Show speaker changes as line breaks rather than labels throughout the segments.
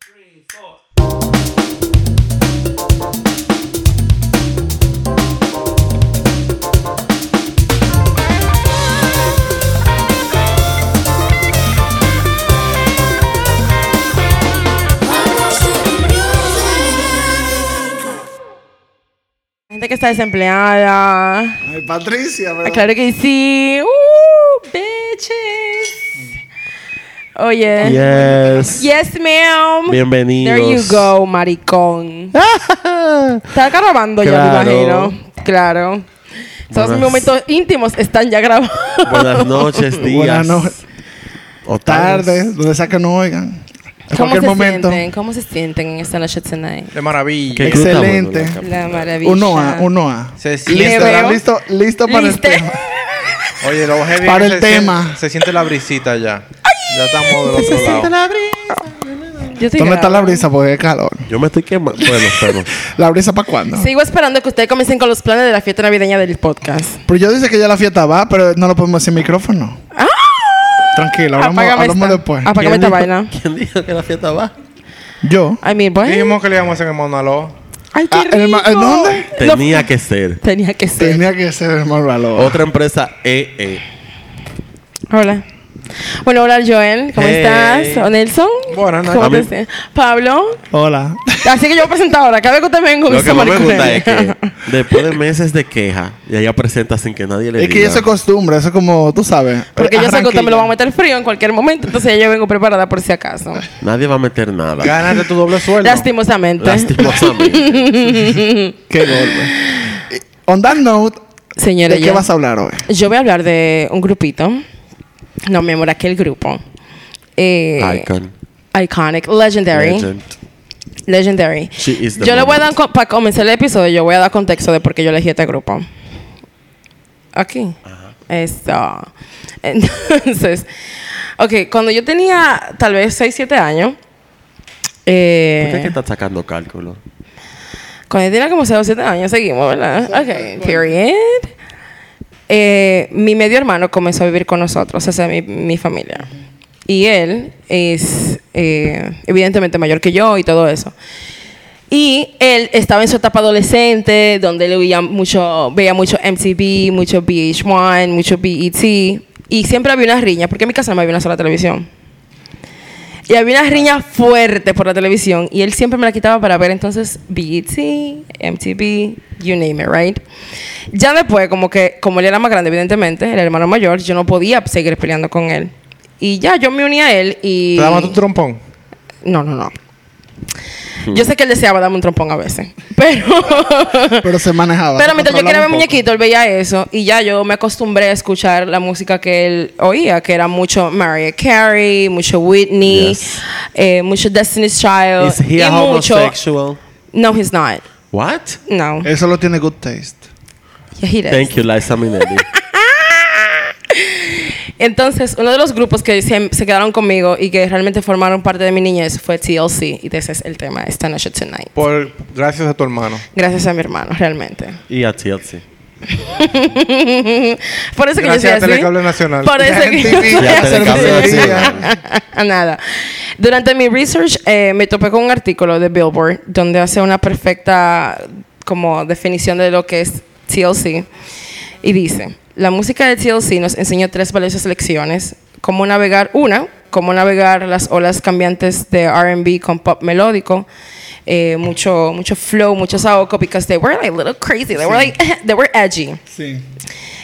three, four.
Gente que está desempleada.
Ah.
Ay, Patricia, pero-
Claro que sí. Uh, bitches. Oh, yeah.
Yes.
Yes, ma'am.
Bienvenidos. Ah.
There you go, maricón. Está acá grabando ya, me
Claro.
imagino. Claro. Todos mis
Buenas-
momentos íntimos están ya grabados.
Buenas noches, días.
Buenas noches.
O
Tarde, donde sea que no oigan. En
¿Cómo
cualquier
se
momento.
sienten? ¿Cómo se sienten en esta noche tonight?
De maravilla.
Qué
Excelente.
gruta, bueno,
La maravilla.
Uno A, uno A.
Se
Me
Listo,
siente.
veo.
¿están listo, listo para
¿Liste?
el tema.
Oye, lo heavy
Para
que
el
se
tema.
siente- se siente la brisita ya. Ya estamos del otro lado.
Yo estoy
¿Dónde está la
grabando.
brisa? Porque hay calor.
Yo me estoy quemando. Bueno, pero.
¿La brisa para cuándo?
Sigo esperando que ustedes comiencen con los planes de la fiesta navideña del podcast.
Pero yo dice que ya la fiesta va, pero no lo podemos decir en micrófono. Tranquilo, hablamos,
¡Ah! Apágame
hablamos
esta-
después.
Apágame esta vaina.
¿Quién dijo que la fiesta va?
Yo.
Ay, mi bueno.
Dijimos que le íbamos a hacer el monólogo.
Ay, qué
Ah,
rico.
el ma- ¿en dónde?
No,
Tenía que ser.
tenía que ser.
Tenía que ser el más valor.
Otra empresa E EE.
Hola. Bueno, hola Joel, ¿cómo
Hey.
estás? ¿O Nelson?
Buenas noches.
¿Cómo te
A mí-
sientes? Pablo.
Hola.
Así que yo voy a presentar ahora. Cada vez que usted me venga con
Lo que
esa
más me gusta es
mariconería.
que después de meses de queja, ya ella presenta sin que nadie le
Es
diga.
que eso es costumbre, eso es como, tú sabes.
Porque yo sé que usted me lo va a
meter.
meter frío en cualquier momento, entonces yo vengo preparada por si acaso.
Nadie va a meter nada.
Gánate tu doble sueldo.
Lastimosamente.
Lastimosamente.
Qué golpe. Y- On that note,
Señora,
¿de qué
yo-
vas a hablar hoy?
Yo voy a hablar de un grupito. No, mi amor, aquel grupo. Eh,
Icon.
Iconic. Legendary.
Legend.
Legendary.
She is the
yo le voy a dar,
moment.
co- para comenzar el episodio, yo voy a dar contexto de por qué yo elegí este grupo. Aquí. Eso. Entonces, ok, cuando yo tenía tal vez 6, 7 años, eh,
¿Por qué es que estás sacando cálculo?
cuando yo tenía como 6 o 7 años, seguimos, ¿verdad? Ok, period. Eh, mi medio hermano comenzó a vivir con nosotros, o sea, mi, mi familia. Y él es eh, evidentemente mayor que yo y todo eso. Y él estaba en su etapa adolescente, donde él veía mucho, veía mucho MTV, mucho VH1, mucho BET. Y siempre había una riña, porque en mi casa no había una sola televisión. Y había una riña fuerte por la televisión. Y él siempre me la quitaba para ver entonces E BET, MTV, you name it, right? Ya después, como que, como él era más grande, evidentemente, el hermano mayor, yo no podía seguir peleando con él. Y ya, yo me uní a él y...
Te damos tu trompón.
No, no, no.
Hmm.
Yo sé que él deseaba darme un trompón a veces, pero,
Pero se
ah,
manejaba.
pero
se
mientras yo
controlaba
quería ver
un poco.
muñequito, él veía eso y ya yo me acostumbré a escuchar la música que él oía, que era mucho Mariah Carey, mucho Whitney,
Yes.
eh, mucho Destiny's Child
Is he
y
a
mucho.
homosexual? Eh,
No, he's not.
What?
No,
Eso lo tiene good taste.
yeah, he does.
Thank you, Liza Minnelli.
Entonces, uno de los grupos que se, se quedaron conmigo y que realmente formaron parte de mi niñez fue TLC y ese es el tema esta noche tonight.
Por, gracias a tu hermano.
Gracias a mi hermano, realmente.
y a TLC.
Por eso que
Gracias a
yo soy así.
Telecable Nacional.
Por eso que yo soy
Ya te
así.
acabo de decir.
Nada. Durante mi research eh, me topé con un artículo de Billboard donde hace una perfecta como definición de lo que es TLC y dice, la música de TLC nos enseñó tres valiosas lecciones, cómo navegar una, cómo navegar las olas cambiantes de R&B con pop melódico, eh, mucho mucho flow, mucho saoco because they were like a little crazy, they were like they were edgy
Sí.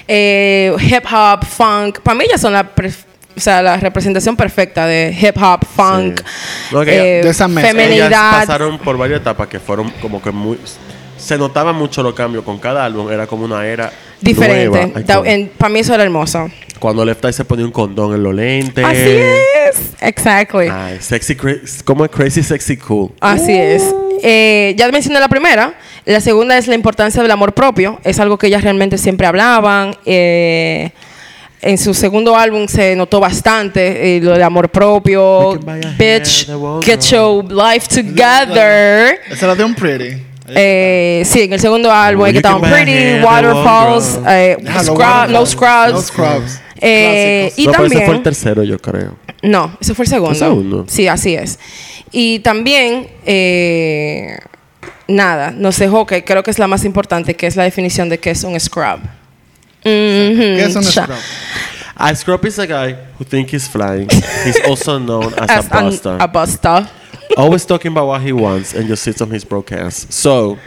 eh, hip hop, funk. Para mí ellas son la, pre- o sea, la representación perfecta de hip hop, funk,
No, que
eh,
de esa mezcla.
Ellas
feminidad.
pasaron por varias etapas que fueron como que muy... Se notaba mucho los cambios con cada álbum. Era como una era nueva. Ay, como-
Diferente. Para mí eso era hermoso.
Cuando Left Eye se ponía un condón en los lentes.
Así es. Exactly.
Ay, sexy, cra- como es crazy, sexy, cool.
Así es. Eh, ya mencioné la primera. La segunda es la importancia del amor propio. Es algo que ellas realmente siempre hablaban. Eh, en su segundo álbum se notó bastante eh, lo del amor propio.
We can buy a
Bitch,
hair, the world
get your life together.
Esa la de un pretty.
Eh, sí, en el segundo álbum
You
que
can
estaban
buy hair,
Pretty,
the
Waterfalls,
Wall
eh,
Déjalo,
Scrub-
guarda.
No Scrubs.
No Scrubs.
Eh,
Clásicos.
y
no, pero ese fue el
también.
tercero, yo creo.
No, ese fue el segundo.
¿El segundo?
Sí, así es. Y también, eh, nada, nos dejó que creo que es la más importante, que es la definición de qué es un scrub. Mm-hmm.
¿Qué es un
Cha.
scrub?
A scrub is a guy who thinks he's flying. he's also known as,
As
a
an-
buster.
a buster.
Always talking about what he wants and just sits on his broke ass. So,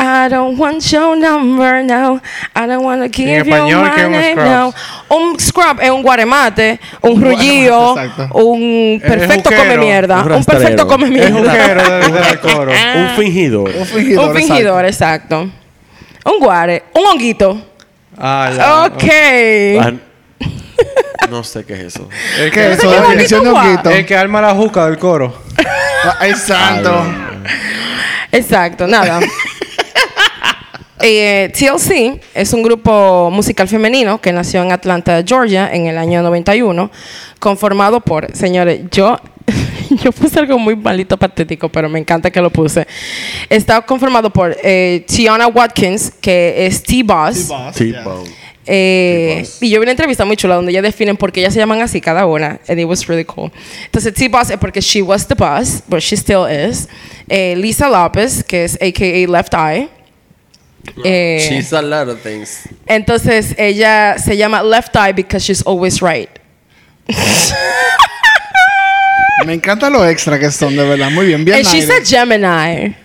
I don't want your number now. I don't want to give you
español,
my
¿qué es un
name
scrub?
now. Un scrub es un guaremate, un
Un guaremate,
rullido,
exacto.
un
Es
perfecto
juquero,
come mierda.
un
Un perfecto
rastrero.
come
Es
Es
mierda.
juguero del de, coro.
un
Ah.
fingidor.
Un fingidor.
Un
exacto.
fingidor, exacto. Un guare, un honguito.
Ah, ya.
ok.
Ah, no sé qué es eso.
Es
¿Qué
que,
es
Pero
eso?
qué
La definición de Ah, un
bonito,
grito.
el que arma la juca del coro.
Ay, santo.
Exacto, nada. Eh, TLC es un grupo musical femenino que nació en Atlanta, Georgia, en el año 91, conformado por, señores, yo, yo puse algo muy malito, patético, pero me encanta que lo puse. Está conformado por eh, Tiana Watkins, que es T-Boss.
T-Bone.
Eh,
T-Boss.
y yo vi una entrevista muy chula donde ellas definen por qué ellas se llaman así cada una. And it was really cool. Entonces, T-Boss es porque she was the boss, but she still is. Eh, Lisa Lopez, que es AKA Left Eye. Eh,
She's a lot of things.
entonces, ella se llama Left Eye because she's always right.
Me encanta lo extra que son, de verdad. Muy bien, bien.
And she's a
Naira.
Gemini.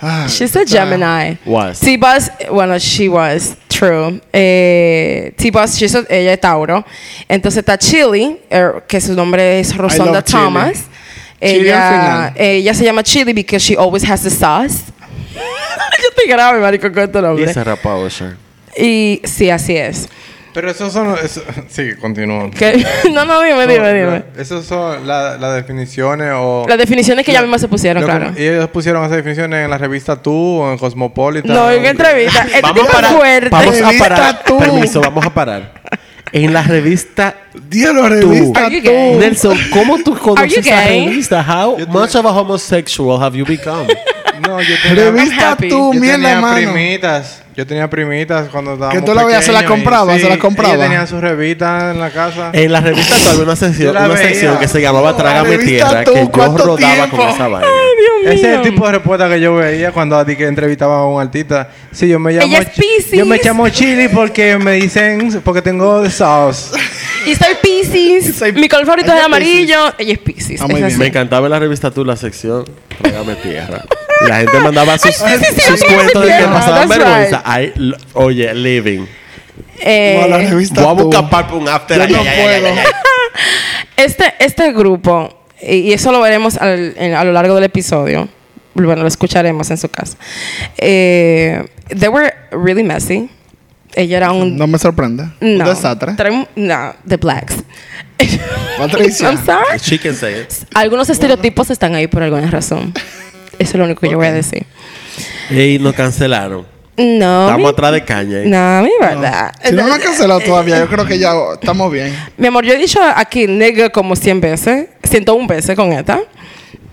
Ah,
She's a
está-
Gemini.
Was.
T-Bus, bueno, she was, true. Eh, T-Bus, she's a- ella es Tauro. Entonces está Chili, er, que su nombre es Rosonda
love Chili.
Thomas.
Chili al
Ella,
final.
ella se llama Chili because she always has the sauce. Yo estoy grave, marico, con este
Y
nombre.
esa rapado, sure.
Y sí, así es.
Pero esos son. eso- sí, continúa.
Que- no, no, dime, dime, dime.
Esas son la- las definiciones o.
Las definiciones que ellas
Lo-
mismas se pusieron,
lo que-
claro.
Y ellos pusieron esas definiciones en la revista Tú o en Cosmopolitan.
No,
o-
en entrevista. Este tipo es fuerte.
vamos a
Revista
parar.
tú.
Permiso, vamos a parar. En la revista
Dios lo revista
Are you
tú.
gay?
Nelson, ¿cómo tú
you
conoces esa
gay?
revista? How much of a homosexual have you become?
No, yo tenía,
I'm
Revista
happy.
tú,
yo
mierda,
tenía
mano.
primitas. Yo tenía primitas cuando estábamos
tú la veías, se la
pequeños y-
comprabas, se la
sí,
comprabas.
ellas tenían sus revistas en la casa.
En la revista tú había una sección,
Yo la
una
veía.
sección que se llamaba
No,
Trágame
revista
Tierra,
tú,
que yo
¿cuánto
rodaba
tiempo?
con esa vaina.
Dios
Ese es el
mío.
tipo de respuesta que yo veía cuando a ti que entrevistaba a un artista. Sí, yo me llamo.
Ella es Piscis.
Yo me llamo Chili porque me dicen. Porque tengo sauce.
Y soy Pisces.
soy-
Mi color favorito es el
Ella es
amarillo. Ella es Pisces.
Ah, muy
es así.
Me encantaba en la revista tú la sección Trágame Tierra. Y La gente mandaba sus,
Ay, sí, sí,
sus
sí,
cuentos de que
Tierra,
pasaban
that's
vergüenza. Ay, lo- oye, living.
Eh,
No, la revista
Voy a
tú.
buscar para un after.
Yo
ay,
no
ay, ay, ay,
puedo.
ay, ay.
este, este grupo, y y eso lo veremos al- en- a lo largo del episodio, bueno, lo escucharemos en su casa. Eh, they were really messy. Ella era un...
No me sorprende.
no,
Un desastre.
Trae- no, the blacks.
Patricia.
I'm sorry.
She can say it.
Algunos estereotipos están ahí por alguna razón. Eso es lo único que yo voy a decir.
Y nos cancelaron.
No.
Estamos
mi-
atrás de caña. ¿eh?
No, mi verdad.
Si no me han cancelado
eh,
todavía, yo creo que ya estamos bien.
Mi amor, yo he dicho aquí nigga como 100 veces, 101 veces con esta.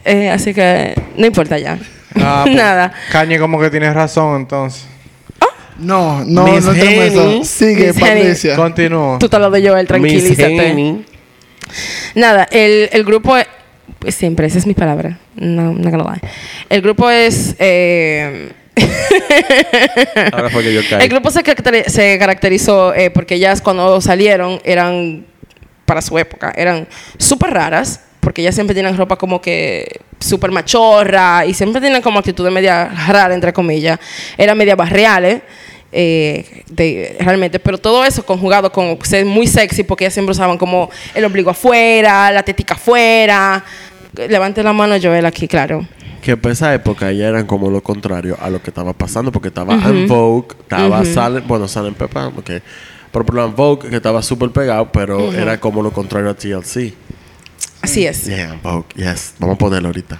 Eh, así que no importa ya.
Ah, pues,
Nada.
Kanye como que tienes razón, entonces.
No, no,
Miss
no tenemos
Henny.
eso. Sigue,
Miss
Patricia.
Continúa.
Tú te lo de Joel,
Miss
tranquilízate.
Haney.
Nada, el, el grupo es- pues, siempre, esa es mi palabra. No, no gonna lie. El grupo es. eh,
Ahora fue que yo caí.
el grupo se, caracteri- se caracterizó eh, porque ellas cuando salieron eran, para su época, eran súper raras, porque ellas siempre tienen ropa como que súper machorra y siempre tienen como actitudes media rara, entre comillas. Eran media barriales. eh, de- realmente, pero todo eso conjugado con ser muy sexy porque ellas siempre usaban como el ombligo afuera, la tetica afuera. Levante la mano, Joel, aquí, claro.
Que para esa época ya eran como lo contrario a lo que estaba pasando, porque estaba en Vogue, estaba Salen, bueno, Salen Pepa, ok. Pero por en Vogue, que estaba súper pegado, pero era como lo contrario a TLC.
Así es.
Yeah, Vogue, yes. Vamos a ponerlo ahorita.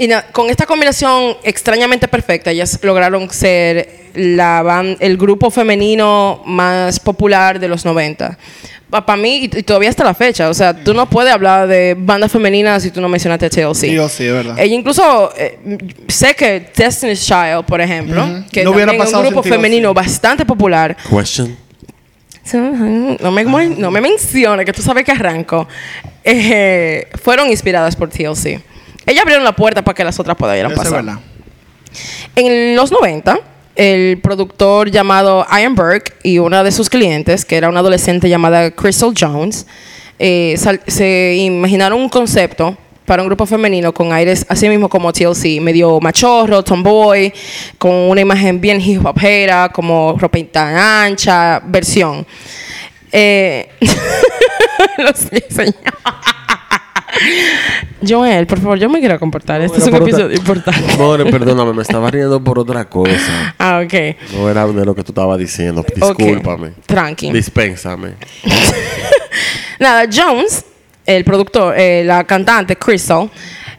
Y na- con esta combinación extrañamente perfecta, ellas lograron ser la ban- el grupo femenino más popular de los 90. Para mí, y, y todavía hasta la fecha, o sea, tú no puedes hablar de bandas femeninas si tú no mencionaste a TLC.
Dios, sí, es verdad.
Ella incluso, eh, sé que Destiny's Child, por ejemplo,
Ujú.
que
No
también es
hubiera
un
pasado sin
grupo
TLC.
femenino bastante popular,
Question.
no me, no me menciones que tú sabes que arranco. Eh, fueron inspiradas por TLC. Ellas abrieron la puerta para que las otras pudieran
Eso es
pasar.
verdad.
En los 90, el productor llamado Ian Burke y una de sus clientes, que era una adolescente llamada Crystal Jones, eh, sal- se imaginaron un concepto para un grupo femenino con aires así mismo como TLC, medio machorro, tomboy, con una imagen bien hip hopera, como ropa tan ancha, versión. Eh, lo sé, señor. Joel, por favor, yo me quiero comportar. Este es un
Era por otra-
episodio importante.
More, perdóname, me estaba riendo por otra cosa.
Ah, ok.
No era de lo que tú estabas diciendo.
Ok,
Discúlpame.
Tranqui.
Dispénsame.
Nada, Jones, el productor, eh, la cantante Crystal,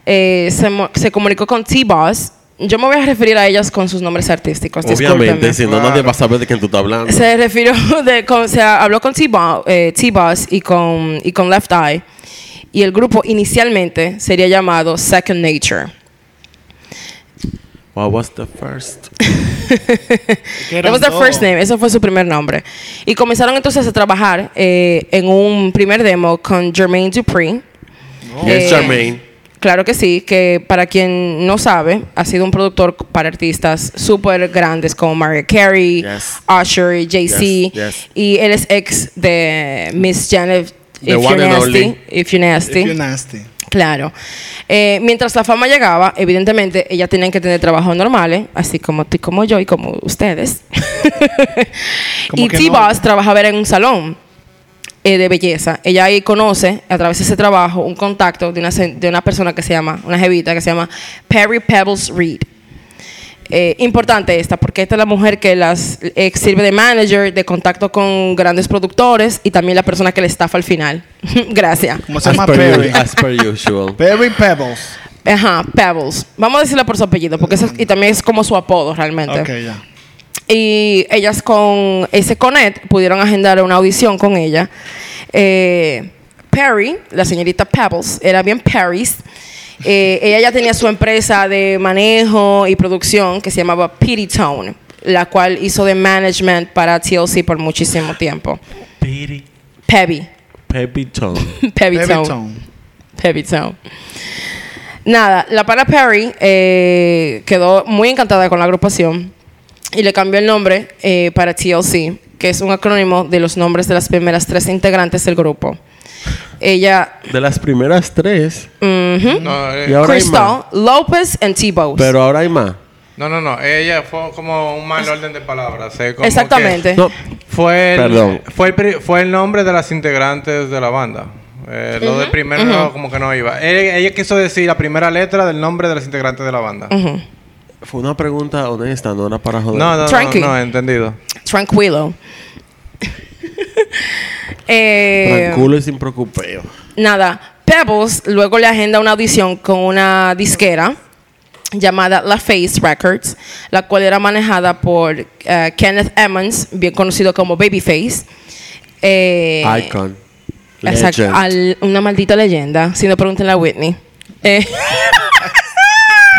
eh, se, mo- se comunicó con T-Boss. Yo me voy a referir a ellas con sus nombres artísticos.
Obviamente,
discúlpenme.
si no,
Claro.
nadie va a saber de quién tú estás hablando.
Se refirió, de- con- se habló con T-Boss eh, T-Boss y, con, y con Left Eye. Y el grupo inicialmente sería llamado Second Nature.
What was the first?
That was their first name. Ese fue su primer nombre. Y comenzaron entonces a trabajar eh, en un primer demo con Jermaine Dupri.
Yes,
Eh,
Charmaine.
Claro que sí, que para quien no sabe, ha sido un productor para artistas súper grandes como Mariah Carey,
Yes.
Usher, Jay-Z.
Yes, yes.
Y él es ex de Miss Janet.
The
If
one
you're,
and
nasty,
only.
if you're nasty.
If you're nasty.
Claro. Eh, mientras la fama llegaba, evidentemente ellas tenían que tener trabajos normales, así como tú, y como yo y como ustedes.
Como
y
que
T-Boss
no.
trabajaba en un salón eh, de belleza. Ella ahí conoce, a través de ese trabajo, un contacto de una, se- de una persona que se llama, una jevita que se llama Perry Pebbles Reed. Eh, importante esta, porque esta es la mujer que las eh, sirve de manager, de contacto con grandes productores y también la persona que le estafa al final. Gracias.
¿Cómo se
As
llama
per,
Perry?
u- as per usual.
Perry Pebbles.
Ajá, Pebbles. Vamos a decirle por su apellido, porque eso es- y también es como su apodo realmente.
Ok, ya.
Y ellas con ese Conet pudieron agendar una audición con ella. Eh, Perry, la señorita Pebbles, era bien Paris. Eh, ella ya tenía su empresa de manejo y producción que se llamaba Pity Tone, la cual hizo de management para TLC por muchísimo tiempo.
Pebby.
Pebby.
Pebby Tone.
Pebby
Perry
Tone.
Tone.
Heavy Town. Nada, la para Perry eh, quedó muy encantada con la agrupación y le cambió el nombre eh, para TLC, que es un acrónimo de los nombres de las primeras tres integrantes del grupo. Ella,
De las primeras tres.
ujú,
No, eh,
Y ahora hay más.
Crystal, López y T-Bow.
Pero ahora hay más.
no, no, no. Ella fue como un mal orden de palabras. eh, como
Exactamente.
No.
que Fue el,
Perdón.
Fue, el, pri- fue el nombre de las integrantes de la banda. Eh, Lo de primero no, como que no iba. Ella, ella quiso decir la primera letra del nombre de las integrantes de la banda.
Ujú.
Fue una pregunta honesta, no era para joder.
No, no, no,
Tranqui.
no, entendido.
Tranquilo. eh,
Tranquilo y sin preocupeo.
Nada, Pebbles luego le agenda una audición con una disquera llamada La Face Records, la cual era manejada por eh, Kenneth Emmons, bien conocido como Babyface. Eh,
Icon.
exacto,
Legend.
al- una maldita leyenda, si no pregúntenle a Whitney. Eh,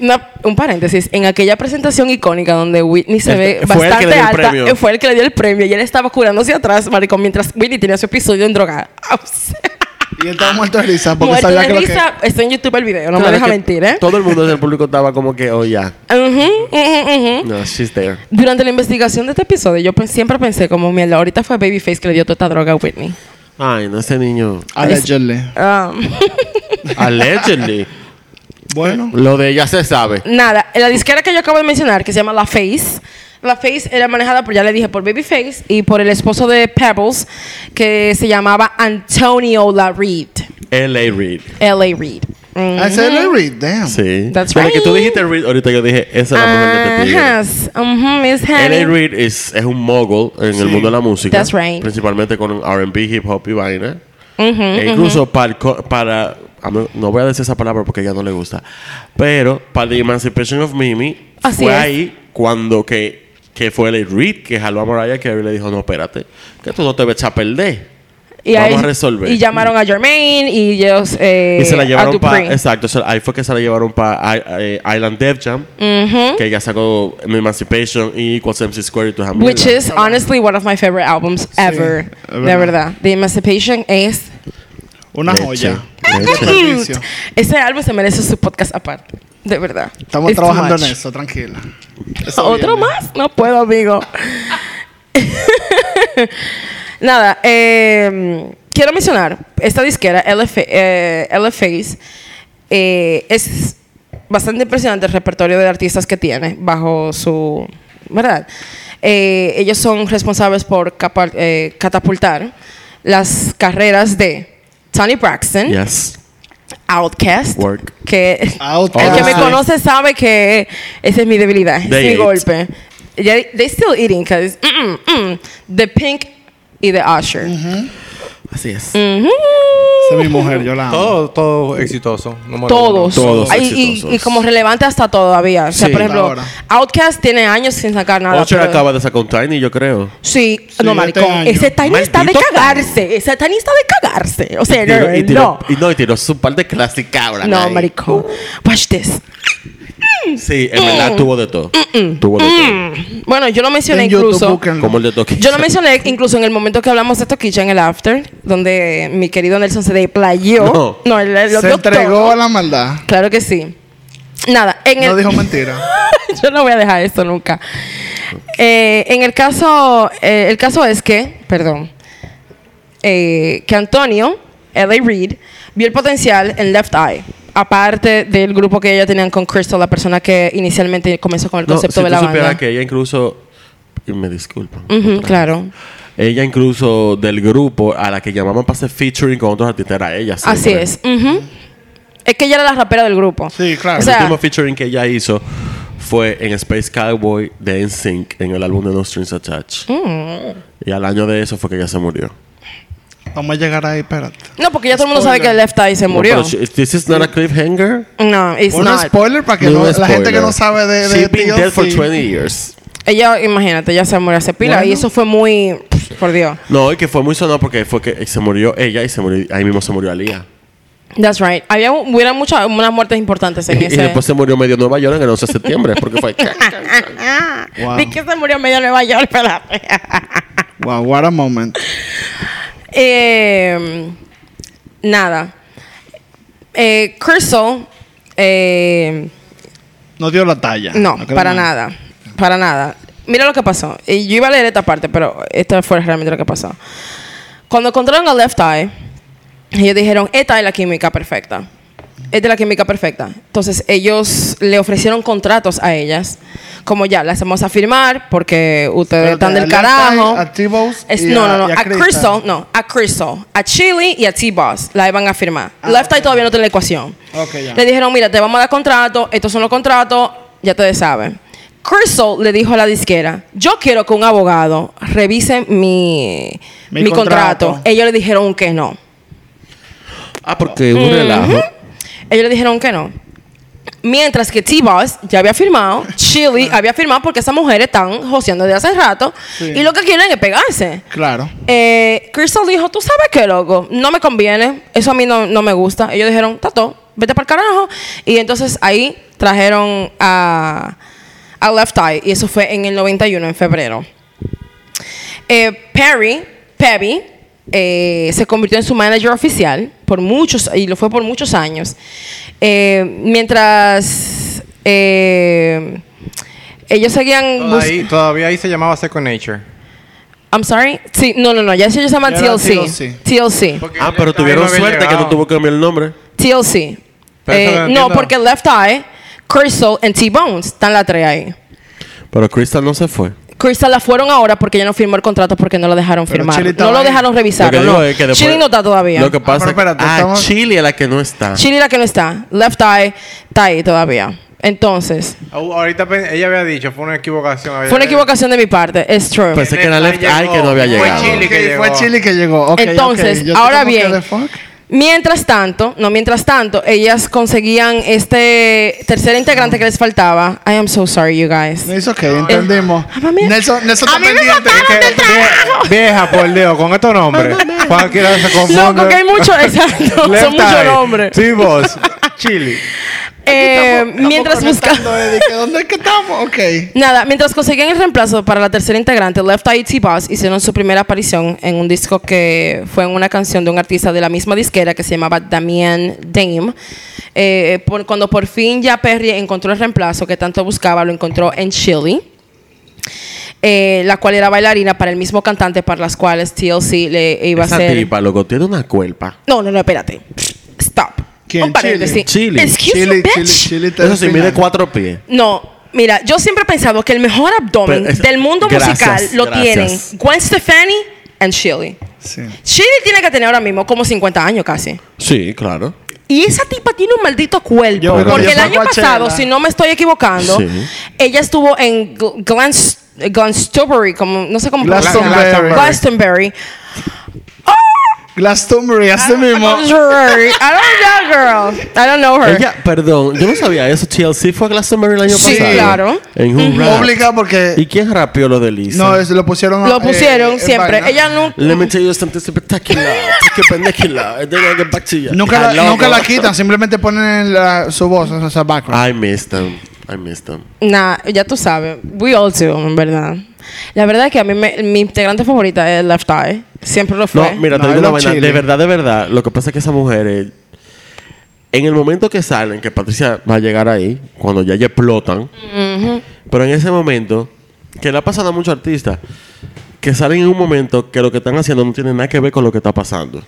una- un paréntesis, en aquella presentación icónica donde Whitney se ve
Este- fue el que
bastante
le dio el
alta,
premio.
eh, fue el que le dio el premio y él estaba curándose atrás, maricón, mientras Whitney tenía su episodio en droga. O sea,
Y él estaba muerto de risa porque
Muerto
sabía
de
que lo que...
risa. Está en YouTube el video, no
Claro,
me deja
es que
mentir, ¿eh?
Todo el mundo del público estaba como que, oh, ya.
Ujú, ujú, ujú.
No, she's there.
Durante la investigación de este episodio, yo pe- siempre pensé como, mierda, ahorita fue Babyface que le dio toda esta droga a Whitney.
Ay, no, ese niño.
Allegedly.
Ah,
Allegedly.
Mm.
Bueno.
Lo de ella se sabe.
nada, la disquera que yo acabo de mencionar, que se llama La Face, La Face era manejada, por, ya le dije, por Babyface y por el esposo de Pebbles, que se llamaba Antonio La Reed.
L.A. Reid.
L.A. Reed. Mm.
I said Larry, damn.
Sí.
That's
Desde que tú
right.
dijiste Reid, ahorita yo dije, esa es la mujer que te pide.
Mm. Ajá, s- ujú, Miss
L.A.
Honey.
Reid es, es un mogul en el mundo de la música.
That's right.
Principalmente con R&B, hip hop y vaina.
Ujú,
E incluso para, el co- para a mí- no voy a decir esa palabra porque a ella no le gusta, pero para The Emancipation of Mimi
Así
fue
es.
ahí cuando que, que fue el Reed que jaló a Mariah Carey y le dijo, no, espérate, que tú no te ves a perder.
Y
Vamos
ahí-
a resolver.
Y llamaron a Jermaine y ellos. Eh,
y se la
a
llevaron para...
Dupree.
Exacto, se- ahí fue que se la llevaron para Island Dev Jam,
Ujú.
que ella sacó Emancipation y Equals MC Square y tu
Which is honestly one of my favorite albums ever.
es verdad.
De verdad. The Emancipation es
Una
Leche.
joya.
Leche.
Ese álbum se merece su podcast aparte. De verdad.
Estamos
It's too
trabajando en
much.
eso, tranquila.
¿Otro más? No puedo, amigo. Nada, eh, quiero mencionar, esta disquera, LFA, eh, LFAs, eh, es bastante impresionante el repertorio de artistas que tiene bajo su... ¿Verdad? Eh, ellos son responsables por capa- eh, catapultar las carreras de Tony Braxton,
Yes.
Outkast,
Work.
que
Outkast.
el que me
Ah.
conoce sabe que esa es mi debilidad, es
They
mi
eat.
golpe. Yeah, They, they still eating, cause mm, mm, mm, the Pink y the Usher.
Así es.
Mhm.
Esa es mi mujer, yo la
Ah.
amo.
Oh.
Todo, todo exitoso. no me
Todos.
acuerdo.
Todos
Ay, y,
exitosos.
y como relevante hasta todavía. O sea,
Sí.
por ejemplo,
Ahora.
Outcast tiene años sin sacar nada.
Usher
Ah, pero-
acaba de sacar un Tiny, yo creo.
Sí,
Sí,
no,
este
maricón.
año.
Ese Tiny está de
Maldito
cagarse. Ese Tiny está de cagarse. O sea,
Y tiró-
no,
y tiró-
no.
Y no, y tiró su par de clásicas ahora.
No,
ahí.
maricón. Watch this.
Sí, en verdad tuvo de todo.
Mm,
Tuvo de todo.
Bueno, yo lo mencioné
En YouTube,
incluso.
búsquenlo.
Como el de Toki.
mm. Yo lo mencioné incluso en el momento que hablamos de Toquicha en el after, donde mi querido Nelson se deplayó.
No.
No, él- él lo
Se
dio
entregó
todo.
a la maldad.
Claro que sí. Nada, en
No
el...
dijo mentira.
yo no voy a dejar esto nunca. Eh, en el caso, eh, el caso es que, perdón, eh, que Antonio, L.A. Reid, vio el potencial en Left Eye. Aparte del grupo que ellos tenían con Crystal, la persona que inicialmente comenzó con el
No,
concepto
si
de
tú
la
supieras
banda. Mm.
que ella incluso... y me disculpan.
Ujú, claro.
Ella incluso del grupo a la que llamaban para hacer featuring con otros artistas era ella.
Así
siempre.
es. ujú. Es que ella era la rapera del grupo.
Sí, claro.
O
Ah, El
sea-
último featuring que ella hizo fue en Space Cowboy de NSYNC en el álbum de No Strings Attached.
Mm.
Y al año de eso fue que ella se murió.
Vamos a llegar ahí, espérate.
No, porque ya todo el mundo sabe que
Spoiler.
Left Eye se murió.
No, pero she- this is not a cliffhanger.
No, it's
Un
not.
spoiler para que
No,
no- la
spoiler.
gente que no sabe de, de
She's been dead for
TLC.
20 years.
Ella, imagínate, ya se murió hace pila. Y
Bueno.
eso fue muy. pff, Por Dios.
No, y que fue muy sonado porque fue que se murió ella y se murió, ahí mismo se murió Alía.
That's right. Había hubieron muchas unas muertes importantes en
Y, y
ese.
después se murió medio Nueva York en el 11 de septiembre porque fue...
Ah,
Wow.
di que se murió en medio de Nueva York, espérate.
Wow, what a moment.
Eh, nada. Eh, Crystal. Eh,
No dio la talla.
No,
creo
para
que-
nada. Para nada. Mira lo que pasó. Y yo iba a leer esta parte, pero esto fue realmente lo que pasó. Cuando encontraron a Left Eye, ellos dijeron, esta es la química perfecta. Esta es la química perfecta. Entonces ellos le ofrecieron contratos a ellas, como ya, las vamos a firmar porque ustedes
Pero
están
de
del
Left Eye,
carajo.
a T-Boss
Es-
y
no,
a-
no, no.
y a
A, Crystal.
Crystal,
no. A Crystal, a Chili y a T-Boss la iban a firmar.
Ah,
Left Eye
ok.
todavía no tiene la ecuación.
Ok, ya.
Le dijeron, mira, te vamos a dar contrato, estos son los contratos, ya te saben. Crystal le dijo a la disquera, yo quiero que un abogado revise mi,
Mi
mi contrato.
contrato.
Ellos le dijeron que no.
ah, porque un relajo.
Ellos le dijeron que no. Mientras que T-Boss ya había firmado, Chili había firmado porque esas mujeres están joseando desde hace rato
Sí.
y lo que quieren es pegarse.
Claro.
Eh, Crystal dijo, tú sabes qué, loco, no me conviene, eso a mí no, no me gusta. Ellos dijeron, Tato, vete para el carajo. Y entonces ahí trajeron a, a Left Eye, y eso fue en el 91, en febrero. Eh, Perry, Pebby, eh, se convirtió en su manager oficial por muchos, y lo fue por muchos años. Eh, mientras eh, ellos seguían...
Toda
bus-
ahí- todavía ahí se llamaba Second Nature.
I'm sorry. Sí, no, no, no. Ya eso ya se llama
Ya era
TLC.
TLC.
TLC.
Ah, pero tuvieron suerte que no tuvo que cambiar el nombre.
TLC.
Pero
Eh,
eso no
no,
entiendo.
porque Left Eye, Crystal y T-Bones están la tres ahí.
Pero Crystal no se fue.
Crystal la fueron ahora porque ella no firmó el contrato porque no lo dejaron
Pero
firmar.
Chili
No
estaba
lo
ahí.
dejaron
Lo
revisar.
que
No.
digo es que después-
Chili no está todavía.
Lo que pasa
pero
es que
espérate,
ah,
estamos-
Chile es la que no está.
Chili la que no está. Left Eye está ahí todavía. Entonces,
Au- Ahorita pen- ella había dicho, fue una equivocación. había-
fue una equivocación de mi parte. Es true.
Pues-
Pensé que era Left Eye que no había
Fue
llegado.
Chile que
Ok,
llegó.
Fue Chile que llegó. Ok,
Entonces,
ok. Yo estoy
ahora
como que
bien,
the fuck.
mientras tanto, no mientras tanto, ellas conseguían este tercer integrante que les faltaba. I am so sorry, you guys.
No hizo ok, entendimos.
Ah, mami.
Nelson, Nelson
A
está
mí me
pendiente.
sacaron
que-
del trabajo.
Vieja, por Dios, con estos nombres. Cualquiera se confunde.
Loco, que hay mucho, exacto, son
Left
muchos
Eye,
nombres.
Sí, vos. Chile.
Eh, mientras busca...
buscando ¿Dónde es que estamos? Ok.
Nada, mientras conseguían el reemplazo para la tercera integrante, Left Eye T-Boss hicieron su primera aparición en un disco que fue en una canción de un artista de la misma disquera que se llamaba Damian Dame. Eh, por- cuando por fin ya Perry encontró el reemplazo que tanto buscaba, lo encontró en Chile, eh, la cual era bailarina para el mismo cantante para las cuales TLC le iba
Esa
a ser...
tipa, loco, tiene una cuerpa.
No, no, no, espérate. Stop.
¿Quién?
Un paréntesis.
Chile. Chile.
Excuse you,
Chile,
bitch.
Chile, Chile. está
Eso sí,
al final.
mide cuatro pies.
No, mira, yo siempre he pensado que el mejor abdomen
Pero es-
del mundo
gracias,
musical lo
gracias.
tienen Gwen Stefani and Shirley.
Sí.
Shirley tiene que tener ahora mismo como 50 años casi.
Sí, claro.
Y esa tipa tiene un maldito cuerpo.
Yo,
pero
porque
yo
el
fui a
año pasado,
Coachella.
si no me estoy equivocando,
Sí.
ella estuvo en Gl- Glans- Glastonbury, como no sé cómo pronunciar.
Glastonbury.
Glastonbury. Oh,
Glastonbury,
Ah,
así mismo.
Glastonbury. I don't know, girl. I don't know her.
Ella, perdón, yo no sabía eso. TLC fue a Glastonbury el año
Sí,
pasado.
claro.
En un rap.
Obligado porque.
¿Y quién rapeó lo de Lisa?
No, es- lo pusieron.
Lo
eh,
pusieron
en
siempre.
vaina.
Ella nunca.
Let me tell you something spectacular. Take a pendequila. And then I get back to you.
Nunca
I
la,
love
nunca la
her.
quitan, simplemente ponen la- su voz, o sea, background.
I missed them. I missed them.
Nah, ya tú sabes. We all do, en verdad. La verdad es que a mí me- mi integrante favorita es Left Eye. Siempre lo
No,
fue.
mira, te
No,
digo
es
una
lo
vaina.
chile.
De verdad, de verdad. Lo que pasa es que esas mujeres. En el momento que salen, que Patricia va a llegar ahí, cuando ya ya explotan. Pero en ese momento, que le ha pasado a muchos artistas, que salen en un momento que lo que están haciendo no tiene nada que ver con lo que está pasando.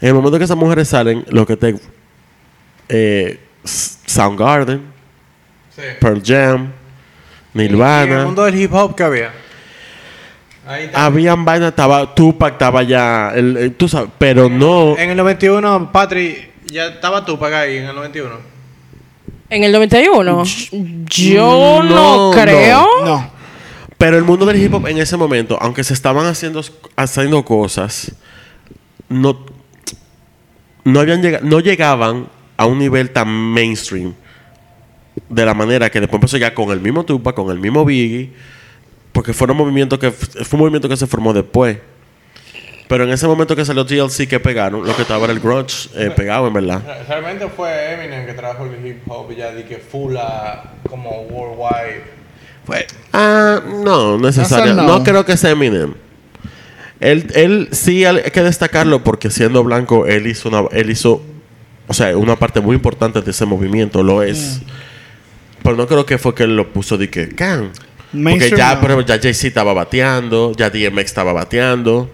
En el momento que esas mujeres salen, lo que te. eh, S- Soundgarden,
Sí.
Pearl Jam,
Y en el
Nirvana.
mundo del hip hop que había. Ahí está.
Habían vainas, estaba Tupac, estaba ya. el- el- tú sabes, pero
Ah.
no.
En el 91, Patri, ya estaba Tupac ahí en el 91.
En el 91. Yo no,
Mm, no,
creo.
No.
Pero el mundo del hip hop en ese momento, aunque se estaban haciendo, haciendo cosas, no, no, habían llega- no llegaban a un nivel tan mainstream. De la manera que después empezó ya con el mismo Tupac, con el mismo Biggie. Porque fueron movimientos que, fue un movimiento que se formó después. Pero en ese momento que salió TLC que pegaron, lo que estaba era el grunge eh, pegado, en verdad.
Re- Realmente fue Eminem que trajo el hip hop ya de que full a como worldwide. Fue.
Ah, no, necesario.
Eso
No.
no.
creo que sea Eminem. Él, él sí hay que destacarlo porque siendo blanco, él hizo una, él hizo, o sea, una parte muy importante de ese movimiento, lo es.
Mm.
Pero no creo que fue que él lo puso de que can. Porque
Mainstream
ya,
no.
por ejemplo, ya Jay-Z estaba bateando, ya DMX estaba bateando,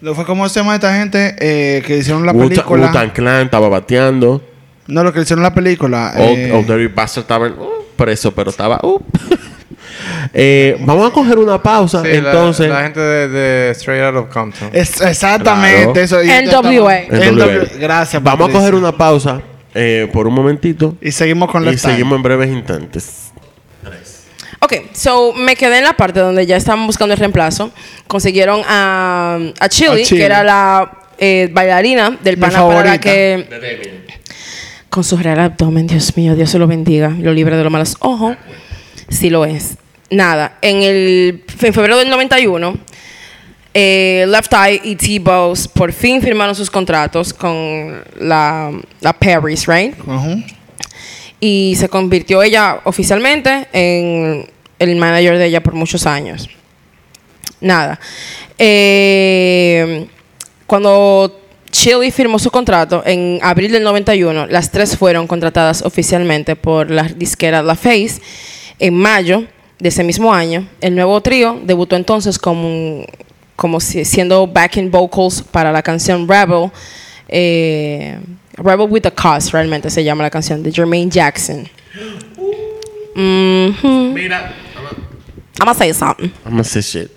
Lo fue como se llama esta gente eh, que hicieron la
Wu-Tang
película.
Wu-Tang Clan estaba bateando,
No, lo que hicieron la película.
Old,
eh,
Old Dirty Bastard estaba uh, preso, pero estaba. uh. Eh, vamos a coger una pausa,
Sí, la-
entonces.
La, gente de, de Straight Out of Compton.
es- exactamente
Claro.
eso. Y-
NWA.
NWA.
Gracias.
Vamos a
Patricia.
coger una pausa eh, por un momentito
Y seguimos con la
y seguimos en breves instantes.
Ok, so me quedé en la parte donde ya estaban buscando el reemplazo. Consiguieron a, a Chili,
A Chili.
que era la eh, bailarina del
Mi
pana para la
favorita.
que. Con su real abdomen, Dios mío, Dios se lo bendiga, lo libre de los malos ojos. Sí lo es. Nada, en el en febrero del 91, eh, Left Eye y T-Bows por fin firmaron sus contratos con la, la Paris, right?
Ujú.
y se convirtió ella oficialmente en el manager de ella por muchos años. Nada. Eh, cuando Chili firmó su contrato en abril del 91, las tres fueron contratadas oficialmente por la disquera La Face en mayo de ese mismo año. El nuevo trío debutó entonces como, un- como si- siendo backing vocals para la canción Rebel. eh, Rebel with a Cause realmente se llama la canción de Jermaine Jackson. Mhm.
Mira.
I'ma say something.
I'm gonna say shit.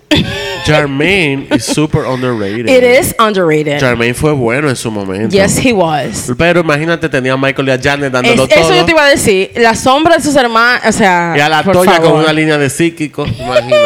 Charmaine is super underrated.
It is underrated.
Charmaine fue bueno en su momento.
Yes, he was.
Pero imagínate, tenía a Michael y a Janet
Es-
dándolo todo.
eso yo te iba a decir. La sombra de sus hermanas, o sea.
Y a la
por
Toya con
favor.
una línea de psíquico. Imagínate.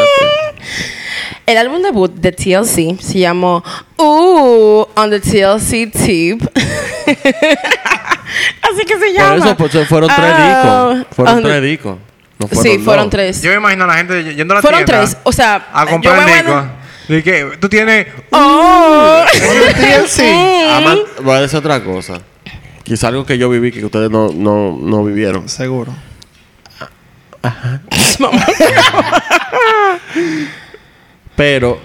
El álbum debut de TLC se llamó Ooh, on the TLC Tip. Así que se llama.
Por eso pues, fueron tres
Ah,
discos. Fueron
on the-
tres discos. No
sí,
dos.
fueron tres.
Yo me imagino a la gente y- yendo a la
Fueron
tienda
tres, o sea,
a
yo
comprar
voy a-
disco. De que tú tienes
Oh.
TLC.
Mm.
Ama- voy a decir otra cosa. Quizá algo que yo viví que ustedes no, no, no vivieron.
Seguro.
Pero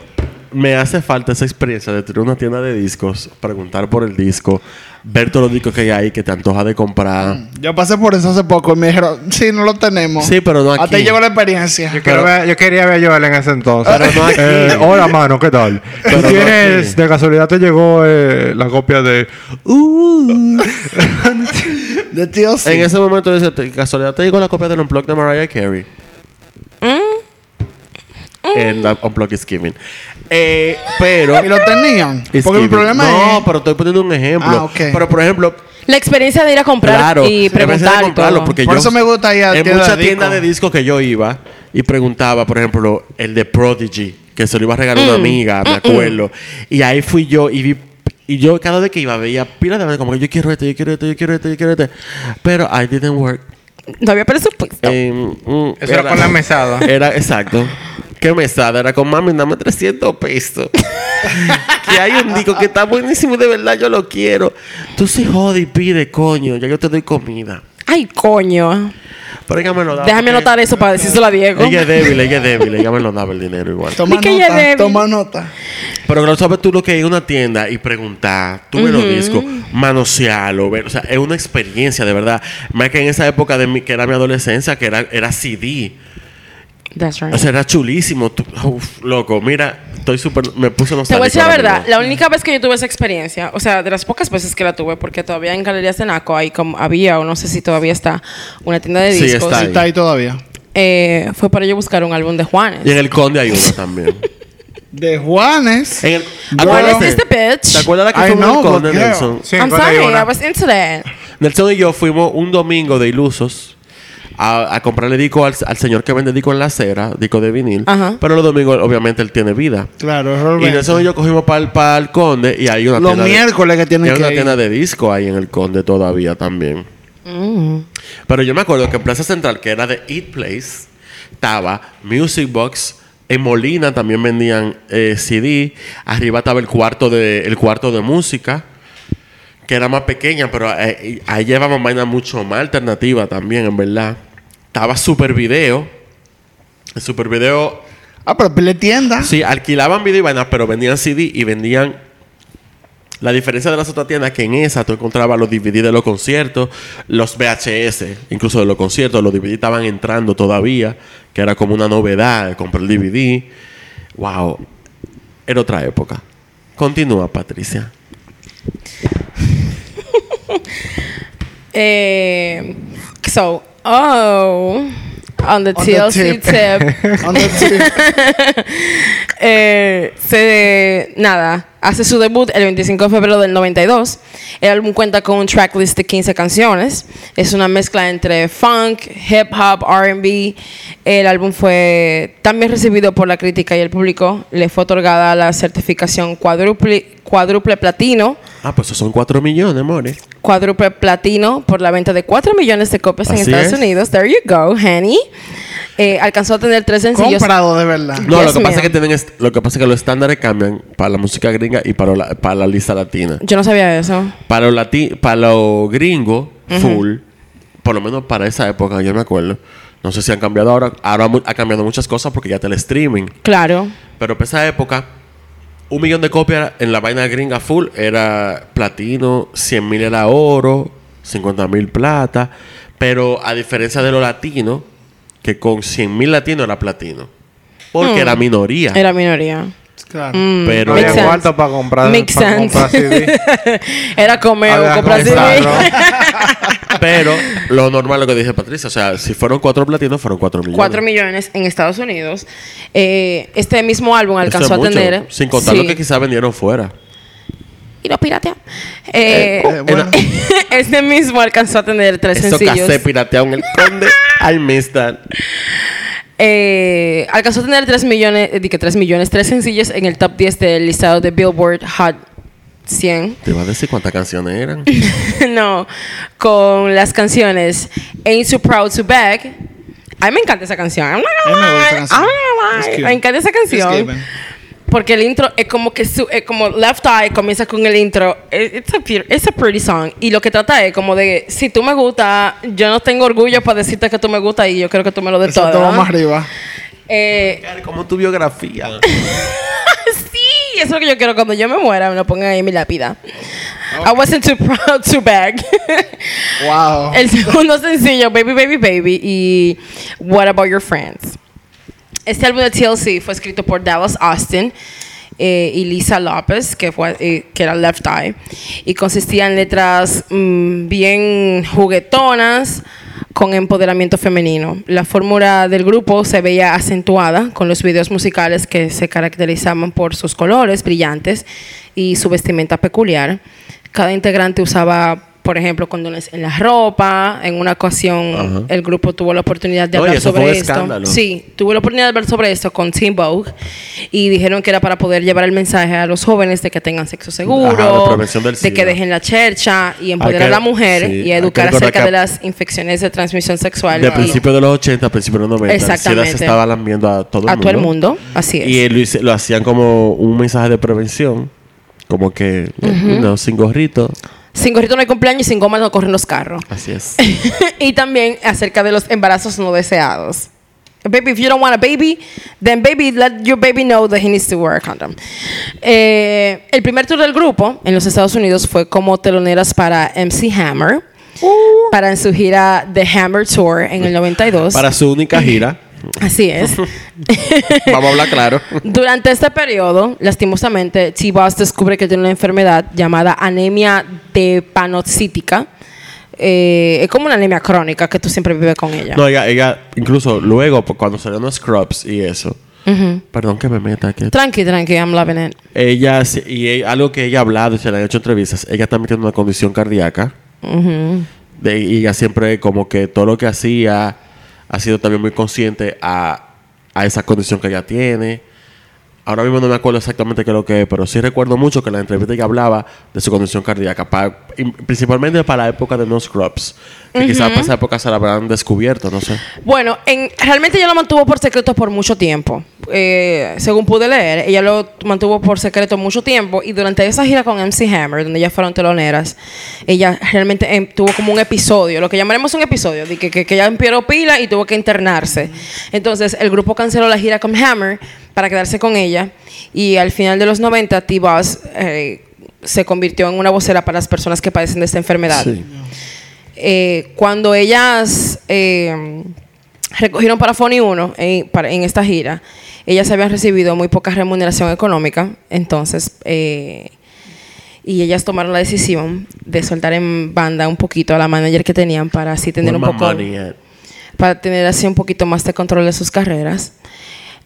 me hace falta esa experiencia de tener una tienda de discos, preguntar por el disco, ver todos los discos que hay ahí que te antoja de comprar.
Yo pasé por eso hace poco y me dijeron, sí, no lo tenemos.
Sí, pero no aquí.
Hasta ahí llegó la experiencia.
Yo, quiero ver- yo quería ver a Joel en ese entonces.
Pero no aquí.
Eh, hola, mano, ¿qué tal?
Pero
¿Tú
no
tienes,
aquí.
de casualidad te llegó eh, la copia de... "Uh".
De tío, sí.
En este ese momento dice, "Te- casualidad te digo la copia del Unplugged de Mariah Carey. El Unplugged is Giving. Eh, pero...
Y lo tenían.
is
Porque el
giving.
problema
No,
es...
pero estoy poniendo un ejemplo.
Ah, ok.
Pero, por ejemplo,
La experiencia de ir a comprar
Claro.
y
a veces de
preguntar y
comprarlo,
todo.
porque
Por
yo-
eso me gusta ir a
En
tienda
muchas
de
tiendas de
disco.
discos que yo iba y preguntaba, por ejemplo, el de Prodigy, que se lo iba a regalar
Mm.
una amiga, me acuerdo. Y ahí fui yo y vi. Y yo cada vez que iba veía pilas de veces como que yo quiero este, yo quiero este, yo quiero este, yo quiero este. Pero I didn't work.
No había presupuesto.
Eh, mm,
Eso era con la mesada.
Era, exacto. ¿Qué mesada? Era con mami, dame 300 pesos. que hay un disco que está buenísimo, de verdad, yo lo quiero. Tú sí jode y pide, coño, ya yo te doy comida.
Ay, coño.
Pero ella me lo da.
Déjame
porque
anotar eso para decírselo a Diego.
Ella es débil, ella es débil, ella me lo daba el dinero igual.
Toma
Di que ella es
nota,
débil.
toma nota.
Pero no sabes tú lo que es una tienda y preguntar, tú ves los discos, manosearlo, ver, o sea, es una experiencia de verdad. Más que en esa época de mi, que era mi adolescencia, que era, era CD.
That's right.
O sea, era chulísimo. Tú- uf, loco, mira, estoy súper, me puse los
Te voy a decir la verdad, la única vez que yo tuve esa experiencia, o sea, de las pocas veces que la tuve, porque todavía en Galerías de Naco ahí como había, o no sé si todavía está, una tienda de
Sí,
discos,
está ahí.
Está ahí todavía.
eh, fue para yo buscar un álbum de Juanes.
Y en el Conde hay uno también.
De Juanes.
En el-
Juanes
Acuérdate.
is the bitch.
¿Te acuerdas la que
I
fuimos
know,
al
but
Conde,
yeah.
Nelson?
Sí,
I'm
cuando
sorry,
llegó una-
I was into that.
Nelson y yo fuimos un domingo de ilusos a, a comprarle disco al, al señor que vende disco en la acera, disco de vinil.
Ajá.
Pero los domingos, obviamente, él tiene vida.
Claro, es
Y
Rubén.
Nelson y yo cogimos para el, Conde y hay una
Los
tienda de-
miércoles que
y
tienen
hay
que
una
ir.
tienda de disco ahí en el Conde todavía también.
Mm.
Pero yo me acuerdo que en Plaza Central, que era de Eat Place, estaba Music Box. En Molina también vendían eh, CD. Arriba estaba el cuarto de, el cuarto de música, que era más pequeña, pero eh, y ahí llevaban vaina mucho más alternativa también, en verdad. Estaba Super Video. El Super Video
Ah, pero pile tienda.
Sí, alquilaban video y vainas, pero vendían CD y vendían. La diferencia de las otras tiendas es que en esa tú encontrabas los DVD de los conciertos, los VHS, incluso de los conciertos, los DVD estaban entrando todavía, que era como una novedad, comprar el DVD. Wow, era otra época. Continúa, Patricia.
Eh, so, oh, on the
On the
TLC
tip.
tip.
¿Dónde sí?
Eh, se nada, hace su debut el 25 de febrero del 92. El álbum cuenta con un tracklist de 15 canciones. Es una mezcla entre funk, hip hop, R&B. El álbum fue también recibido por la crítica y el público. Le fue otorgada la certificación cuádruple cuádruple platino,
Ah, pues esos son 4 millones, more.
cuádruple platino por la venta de 4 millones de copias en
Así
Estados
es.
Unidos. There you go, honey. Eh, alcanzó a tener tres sencillos.
Comprado de verdad.
Yes,
No, lo que pasa
ma'am.
es que tienen est- lo que pasa es que los estándares cambian para la música gringa y para la, para la lista latina.
Yo no sabía eso.
Para los lati- para los gringos, full, por lo menos para esa época, yo me acuerdo. No sé si han cambiado ahora. Ahora mu- ha cambiado muchas cosas porque ya está el streaming.
Claro.
Pero para esa época, un millón de copias en la vaina gringa full era platino, 100 mil era oro, 50 mil plata. Pero a diferencia de lo latino, que con 100 mil latino era platino. Porque era minoría.
Hmm. Era minoría.
Claro.
Eh,
pero
No
Makes
había
sense.
cuarto para comprar,
Makes
para
sense.
comprar CD.
Era comer
Había
o
que
comprar
comprarlo.
CD.
pero lo normal, lo que dije Patricia, o sea, si fueron cuatro platinos, fueron cuatro millones.
4 millones en Estados Unidos. Eh, este mismo álbum
Eso
alcanzó
es
a
mucho,
tener.
Sin contar
Sí. Pues
lo que quizás vendieron fuera.
Y lo piratea. Eh,
Eh, bueno.
este mismo alcanzó a tener tres
Eso que
sencillos.
hace pirateado en el conde. I miss that.
Eh, alcanzó a tener 3 millones, eh, di que 3 millones, 3 sencillos en el top 10 del listado de Billboard Hot 100.
Te iba a decir cuántas canciones eran.
no, con las canciones Ain't So Proud to Beg. A mí me encanta esa canción. I'm not
A mí
gonna
me gusta
lie.
esa canción.
I'm not gonna lie.
Es cute.
Me encanta esa
Es
canción.
Gaben.
Porque el intro es como que su, es como Left Eye comienza con el intro. It- It's a, pu- it's a pretty song. Y lo que trata es como de, si tú me gusta, yo no tengo orgullo para decirte que tú me gusta y yo creo que tú me lo des
Eso
todo. ¿ah?
todo más arriba.
Eh,
Como tu biografía.
sí, eso es lo que yo quiero. Cuando yo me muera, me lo pongan ahí en mi lápida.
Ah,
I wasn't too proud to beg.
Wow.
El segundo sencillo, Baby, Baby, Baby, y What About Your Friends. Este álbum de TLC fue escrito por Dallas Austin eh, y Lisa López, que, fue, eh, que era Left Eye, y consistía en letras mm, bien juguetonas con empoderamiento femenino. La fórmula del grupo se veía acentuada con los videos musicales que se caracterizaban por sus colores brillantes y su vestimenta peculiar. Cada integrante usaba, por ejemplo, condones en la ropa. En una ocasión,
Ajá.
el grupo tuvo la oportunidad de
No, y
hablar
eso fue
sobre
un
esto.
escándalo.
Sí, Sí, tuve la oportunidad de hablar sobre esto con Tim Vogue y dijeron que era para poder llevar el mensaje a los jóvenes de que tengan sexo seguro,
Ajá, de prevención del
de que
SIDA.
dejen la chercha y empoderar
que-
a la mujer
sí,
y
hay que
educar
recordar
acerca
que-
de las infecciones de transmisión sexual
De
y-
principios de los 80, principios de los 90.
Exactamente.
El SIDA se estaba lambiendo a todo el
a
mundo.
todo el mundo. Así es.
Y lo, hice- lo hacían como un mensaje de prevención. Como que, eh, no, sin gorrito.
Sin gorrito no hay cumpleaños y sin goma no corren los carros.
Así es.
y también acerca de los embarazos no deseados. Baby, if you don't want a baby, then baby, let your baby know that he needs to wear a condom. Eh, el primer tour del grupo en los Estados Unidos fue como teloneras para MC Hammer,
Uh.
para en su gira The Hammer Tour en el 92.
Para su única gira.
Así es.
vamos a hablar claro.
Durante este periodo, lastimosamente, T-Boss descubre que tiene una enfermedad llamada anemia depanocítica. Eh, es como una anemia crónica que tú siempre vives con ella.
No, ella, ella incluso luego, por cuando salieron los Scrubs y eso. Perdón que me meta. Que
Tranqui, tranqui, I'm loving it.
ella, se- y e- algo que ella ha hablado y se le han hecho entrevistas, ella también tiene una condición cardíaca. De- y ella siempre, como que todo lo que hacía, ha sido también muy consciente a, a esa condición que ella tiene. Ahora mismo no me acuerdo exactamente qué es lo que es, pero sí recuerdo mucho que en la entrevista ella hablaba de su condición cardíaca, pa- y principalmente para la época de No Scrubs. Que quizás para esa época se la habrán descubierto, no sé.
Bueno, en- realmente ella lo mantuvo por secreto por mucho tiempo. Eh, según pude leer, ella lo mantuvo por secreto mucho tiempo y durante esa gira con MC Hammer, donde ellas fueron teloneras, ella realmente em, tuvo como un episodio, lo que llamaremos un episodio, de que, que, que ella empeoró pila y tuvo que internarse. Entonces, el grupo canceló la gira con Hammer para quedarse con ella y al final de los 90, T-Boss eh, se convirtió en una vocera para las personas que padecen de esta enfermedad eh, cuando ellas eh, recogieron para Fony 1 en, para- en esta gira, ellas habían recibido muy poca remuneración económica, entonces, eh, y ellas tomaron la decisión de soltar en banda un poquito a la manager que tenían para así tener un
Where my
poco
money at?
para tener así un poquito más de control de sus carreras.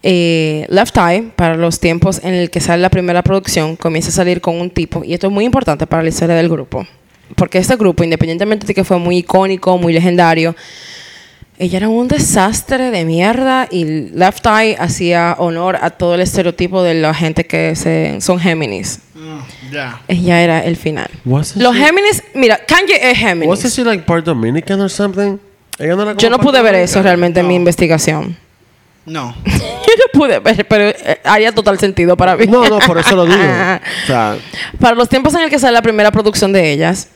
Eh, Left Eye, para los tiempos en el que sale la primera producción, comienza a salir con un tipo, y esto es muy importante para la historia del grupo, porque este grupo, independientemente de que fue muy icónico, muy legendario, ella era un desastre de mierda y Left Eye hacía honor a todo el estereotipo de la gente que se- son Géminis.
Mm, Ya.
Ella era el final.
Was it
Los
she-
Géminis, mira, Kanye es Géminis.
¿Was she like part Dominican or something? Ella no era como
Yo no
part
pude ver eso
Dominican.
realmente en mi
No.
investigación.
No.
Yo no pude ver, pero eh, haría total sentido para mí.
No, no, por eso lo digo. O sea,
para los tiempos en el que sale la primera producción de ellas,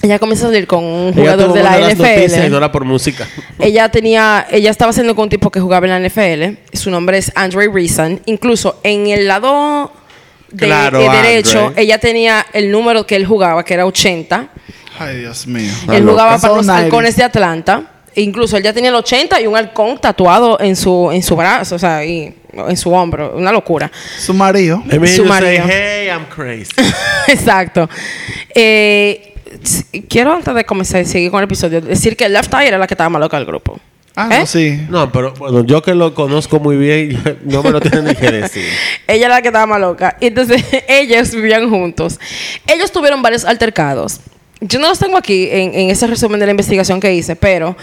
ella comienza a salir con un
ella
jugador
tuvo
de
una
la
las noticias y no
NFL.
era por música.
Ella tenía, ella estaba siendo con un tipo que jugaba en la NFL. Su nombre es Andre Reason. Incluso en el lado de,
Claro,
de derecho,
Andre.
ella tenía el número que él jugaba, que era 80.
Ay, Dios mío.
Está
él
loca.
jugaba para
Son
los
90s.
halcones de Atlanta. E Incluso él ya tenía el 80 y un halcón tatuado en su, en su brazo, o sea, y en su hombro. Una locura.
Su marido.
I mean,
Su
you say,
marido.
hey, I'm crazy.
Exacto. Eh, s- quiero antes de comenzar y seguir con el episodio decir que Left Eye era la que estaba más loca del grupo.
Ah,
¿Eh?
no, sí.
No, pero bueno, yo que lo conozco muy bien, no me lo tienen ni que decir.
Ella era la que estaba más loca. Y entonces ellos vivían juntos. Ellos tuvieron varios altercados. Yo no los tengo aquí en, en ese resumen de la investigación que hice, pero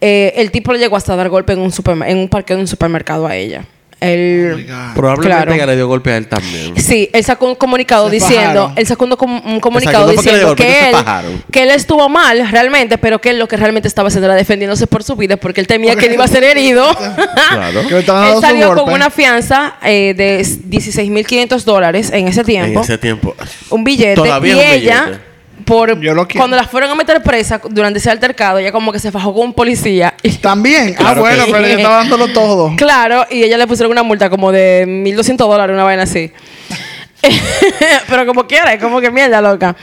eh, el tipo le llegó hasta dar golpe en un, superma- en un parque de un supermercado a ella.
Oh
Él,
Probablemente
Claro.
ella le dio golpe a él también.
sí, él sacó un comunicado
Se
diciendo,
fajaron.
él sacó un, com- un comunicado
Exacto, no fue que le
diciendo
golpeó,
que
se
él,
fajaron.
que él estuvo mal realmente, pero que él lo que realmente estaba haciendo era defendiéndose por su vida porque él temía que él iba a ser herido.
Claro.
Que le estaban dando
él
su
salió con
golpe.
una fianza eh, de 16.500 dólares en ese
En
tiempo.
ese tiempo.
un billete
Todavía
y
es un
ella
billete.
por
Yo lo quiero.
cuando la fueron a meter presa durante ese altercado ella como que se fajó con un policía y
También.
Claro
ah, bueno,
que sí.
pero le estaba dándolo todo.
claro y ella le pusieron una multa como de 1200 dólares una vaina así pero como quiera es como que mierda loca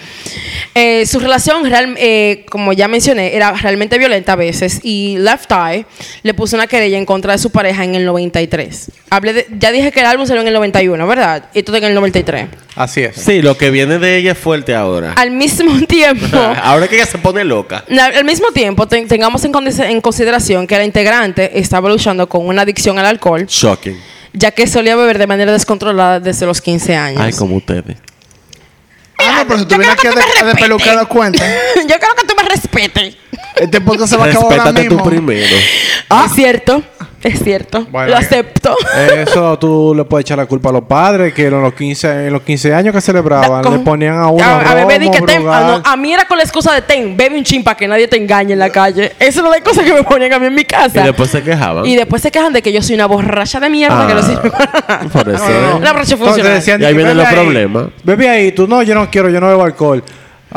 Eh, su relación real- eh, como ya mencioné era realmente violenta a veces y Left Eye le puso una querella en contra de su pareja en el 93 Hablé de- ya dije que el álbum salió en el 91 ¿verdad? y todo en el 93
Así es.
Sí, lo que viene de ella es fuerte ahora.
al mismo tiempo
ahora que ella se pone loca.
Na- Al mismo tiempo, ten- tengamos en, conde- en consideración que la integrante estaba luchando con una adicción al alcohol,
Shocking.
ya que solía beber de manera descontrolada desde los 15 años.
Ay, como ustedes.
Ah, no, pero si tuvieras que,
quiero que tú me
de-
respetes.
despelucar las cuentas.
Yo creo que tú me respetes.
Este podcast se va a acabar ahora
Respétate tú
mismo.
primero. Ah.
Es cierto, es cierto.
Bueno,
Lo
bien.
acepto.
Eh,
Eh, Eso tú le puedes echar la culpa a los padres que en los 15, en los 15 años que celebraban
Da-
le ponían a uno
a, a beber y
romo,
que ten- ah, no,
brugal.
a mí era con la excusa de ten, bebe un chin para que nadie te engañe en la calle. Esa era la cosa que me ponían a mí en mi casa.
Y después se Ah. quejaban.
Y después se quejan de que yo soy una borracha de mierda que no sirve para nada.
por eso.
No, no.
La borracha
Eh. Entonces
funciona.
decían,
Y ahí
"Bebe
vienen los problemas".
Bebe ahí, tú no, yo no quiero, yo no bebo alcohol.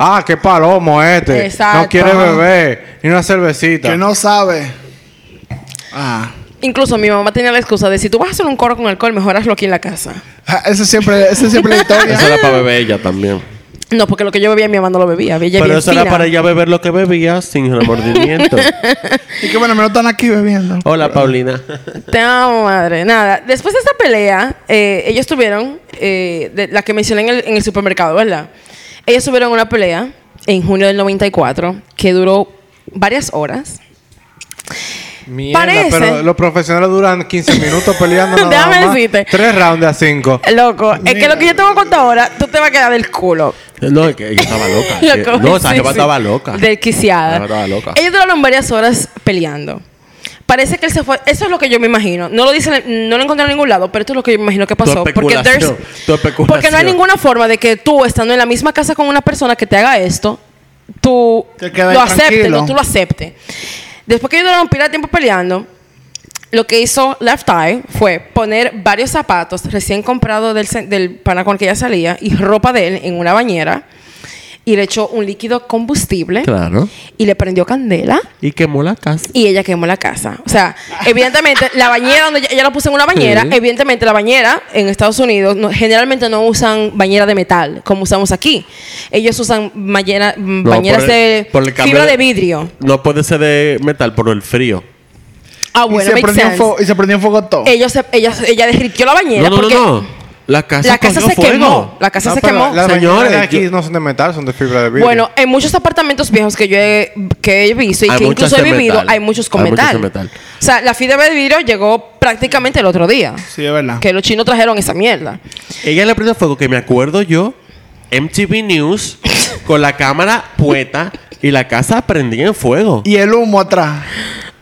Ah, qué palomo este.
Exacto.
No quiere
Ajá.
beber ni una cervecita.
Que no sabe. Ah.
Incluso mi mamá tenía la excusa de si tú vas a hacer un coro con alcohol, mejor hazlo aquí en la casa.
Ah, Eso siempre, eso siempre es la
Eso
historia.
era para beber ella también.
No, porque lo que yo bebía mi mamá no lo bebía. Ella
Pero
bien
eso era
fina.
para ella beber lo que bebía sin remordimiento.
y que bueno, me lo están aquí bebiendo.
Hola, Paulina.
Te amo, madre. Nada. Después de esta pelea, eh, ellos tuvieron, eh, de- la que mencioné en el, en el supermercado, ¿verdad? Ellos tuvieron una pelea en junio del 94 que duró varias horas.
Mierda,
Parece.
pero los profesionales duran 15 minutos peleando. nada
Déjame
más.
decirte.
Tres rounds a cinco.
Loco, es que lo que yo te voy a contar ahora, tú te vas a quedar del culo.
No, es que ella estaba loca. Eh,
Loco,
no, esa
sí,
jeva
sí.
estaba loca.
Desquiciada.
Esa jeva estaba loca.
Ellos duraron varias horas peleando. Parece que él se fue. Eso es lo que yo me imagino. No lo dicen, no lo encontré en ningún lado, pero esto es lo que yo me imagino que pasó. Porque,
especulación,
there's-
tu especulación.
porque no hay ninguna forma de que tú, estando en la misma casa con una persona que te haga esto, tú
Te quedas
lo aceptes,
tranquilo.
no, tú lo aceptes. Después que ellos duraron pila de tiempo peleando, lo que hizo Left Eye fue poner varios zapatos recién comprados del, ce- del pana con el que ella salía y ropa de él en una bañera y le echó un líquido combustible
Claro.
y le prendió candela
Y quemó la casa.
y ella quemó la casa. O sea, evidentemente, la bañera, donde ella, ella la puso en una bañera,
Sí.
evidentemente la bañera en Estados Unidos no- generalmente no usan bañera de metal como usamos aquí. Ellos usan bañera- mm,
No,
bañeras
por el-
de
por el cambio
fibra de vidrio.
No puede ser de metal por el frío.
Ah,
y,
bueno,
se
makes
prendió en
sense.
fuego, y se prendió en fuego todo.
Ellos se- ella, ella derritió la bañera
No, no, no,
porque
no. La casa,
la casa
Ah,
se
cogió fuego.
quemó. La casa
No,
se
pero
quemó.
Las
Señores,
señores aquí
yo-
no son de metal, son de fibra de vidrio.
Bueno, en muchos apartamentos viejos que yo he, que he visto y
Hay
que
muchos
incluso he
de
vivido,
metal.
hay muchos con
Hay muchos
metal.
de metal.
O sea, la fibra de vidrio llegó prácticamente el otro día.
Sí, es verdad.
Que los chinos trajeron esa mierda.
Ella le prendió fuego, que me acuerdo yo, MTV News, con la cámara puesta y la casa prendía en fuego.
Y el humo atrás.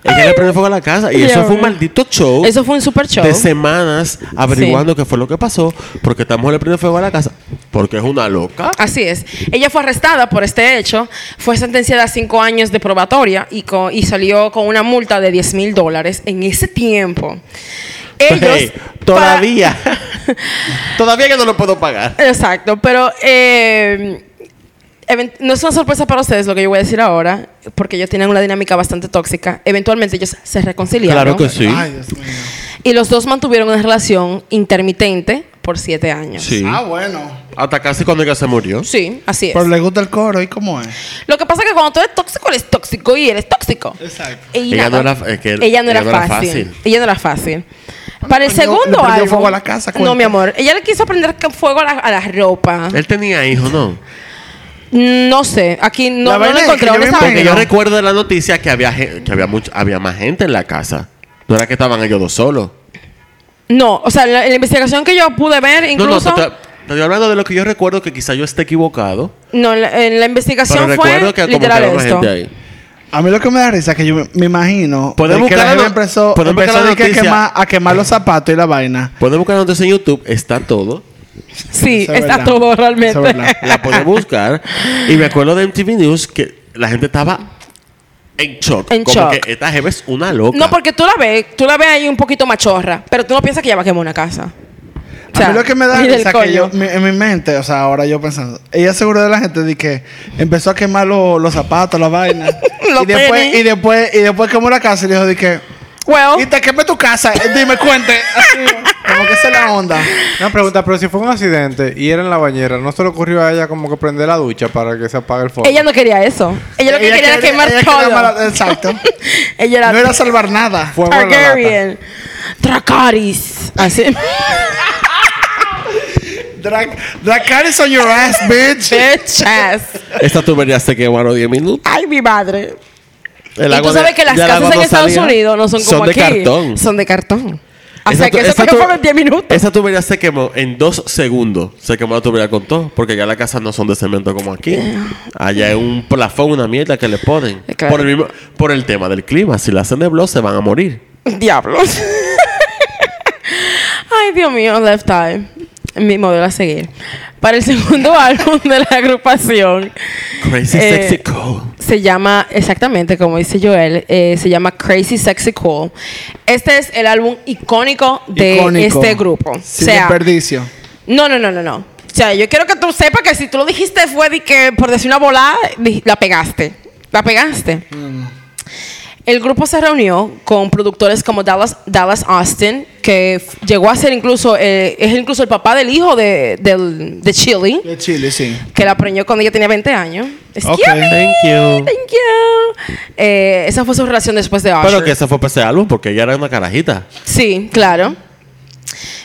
Ella le prendió fuego a la casa. Y eso
Dios.
fue un maldito show.
Eso fue un super show.
Uh, de semanas averiguando qué fue lo que pasó, porque esta mujer le prendió fuego a la casa, porque es una loca.
Así es. Ella fue arrestada por este hecho, fue sentenciada a cinco años de probatoria y, co- y salió con una multa de 10 mil dólares en ese tiempo. Ellos.
Hey,
para-
todavía. todavía que no lo puedo pagar.
Exacto, pero eh, even- no es una sorpresa para ustedes lo que yo voy a decir ahora, porque ellos tienen una dinámica bastante tóxica. Eventualmente ellos se reconciliaron.
Claro que sí.
Ay, Dios mío.
Y los dos mantuvieron una relación intermitente por siete años.
Sí.
Ah, bueno.
Hasta casi cuando ella se murió.
Sí, así es.
Pero le gusta el coro, ¿y cómo es?
Lo que pasa es que cuando tú eres tóxico, eres tóxico y eres tóxico.
Exacto.
Y
Ella
nada.
no era- es que
ella no
ella
era
no era
fácil.
fácil.
Ella no era fácil. Para el
Le prendió-
segundo
le prendió
álbum-
fuego a la casa, cuenta.
no, mi amor. Ella le quiso prender fuego a la, a la ropa.
Él tenía hijos, ¿no?
No sé. Aquí no,
La
no lo
vaina es que
encontré.
yo me
honestamente.
Porque
Ay, no.
yo recuerdo de la noticia que había gen- que había mucho, había más gente en la casa. No era que estaban ellos dos solos.
No, o sea, en la, en la investigación que yo pude ver, incluso.
No,
No,
no, te, te estoy hablando de lo que yo recuerdo que quizá yo esté equivocado.
en, la, en la
Pero
investigación
recuerdo
fue
que como que
literal
había más
esto.
gente ahí.
A mí lo que me da risa es que yo me- me imagino
Podemos
de que la
buscar la
gente
no-
empezó,
podemos buscar
empezó
la
de que a,
noticia.
quemar, a quemar los zapatos y la vaina.
Podemos buscar noticia en YouTube, está todo.
Sí,
Eso es
está
verdad.
todo
Eso es
realmente.
verdad.
La podemos buscar. Y me acuerdo de MTV News que la gente estaba en shock.
En
como
shock.
que esta jefe es una loca.
No, porque tú la ves, tú la ves ahí un poquito machorra, pero tú no piensas que ella va a quemar una casa. O sea,
a mí lo que me da
y del
risa es que yo,
coño.
mi- en mi mente, o sea, ahora yo pensando, ella seguro de la gente de que empezó a quemar lo- los zapatos, la vaina.
Los
y, después,
tenis.
y después, y después quemó la casa y le dijo de que,
Well,
y te quemé tu casa, Eh, dime, cuente. Así, como que esa es la onda.
Una pregunta, pero si fue un accidente y era en la bañera, ¿no se le ocurrió a ella como que prender la ducha para que se apague el fuego?
ella no quería eso. Ella lo que quería era quemar
ella quería
todo.
quemar- exacto.
ella era
No era salvar nada.
Fuego en la lata.
Targaryen. Dracarys. Así.
Drag, Dracarys on your ass, bitch.
Fechas.
Esta tubería se quemaron 10 minutos.
Ay, mi madre.
El
y
agua
tú
de-
sabes que las
ya el
casas
agua
en
no
Estados
salía.
Unidos no son como
Son de
aquí.
cartón.
Son de cartón. O
Esa
sea,
tu-
que eso
esa
se
tu-
fue en 10 minutos.
Esa tubería se quemó en dos segundos. Se quemó la tubería con todo. Porque ya las casas no son de cemento como aquí. Allá es un plafón, una mierda que le ponen.
Eh, claro.
Por, el mismo- por el tema del clima. Si la hacen de blog, se van a morir.
Diablos. Ay, Dios mío, Left Eye. Mi modelo a seguir. Para el segundo álbum de la agrupación.
Crazy,
Eh,
sexy, cool.
Se llama, exactamente como dice Joel, eh, se llama Crazy Sexy Cool. Este es el álbum icónico de
Icónico.
este grupo.
Sin
o sea,
desperdicio.
no, no, no, no, no. O sea, yo quiero que tú sepas que si tú lo dijiste fue de que por decir una bola, la pegaste. La pegaste.
Mm.
El grupo se reunió con productores como Dallas, Dallas Austin, que f- llegó a ser incluso, eh, es incluso el papá del hijo de, del- de Chili
De Chile, sí.
que la preñó cuando ella tenía 20 años. Excuse
Ok,
me,
thank you.
thank you. Eh, esa fue su relación después de Usher.
Pero que ese fue para ese álbum porque ella era una carajita.
Sí, claro.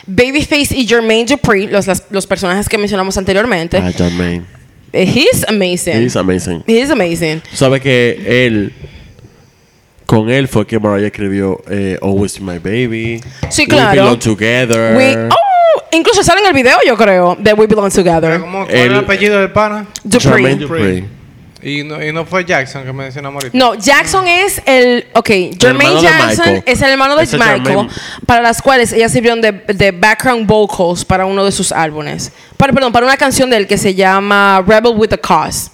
Babyface y Jermaine Dupri, los, las- los personajes que mencionamos anteriormente.
Ah, Charmaine.
eh, he's amazing.
He's amazing.
He's amazing.
Sabe que él. Con él fue que Mariah escribió eh, Always My Baby.
Sí, claro.
We Belong Together.
We- oh, incluso sale en el video, yo creo, de We Belong
Pero
Together.
como- ¿Cuál era
El-
el apellido del pana?
Charmaine
Dupri.
Dupri.
Mm.
Y no, y no fue Jackson que mencionamos ahorita.
No, Jackson es el. Ok, Jermaine
hermano de
Jackson
Michael.
es el hermano de
Ese
Michael,
Jermaine.
para las cuales ellas sirvieron de, de background vocals para uno de sus álbumes. Para, perdón, para una canción de él que se llama Rebel with a Cause.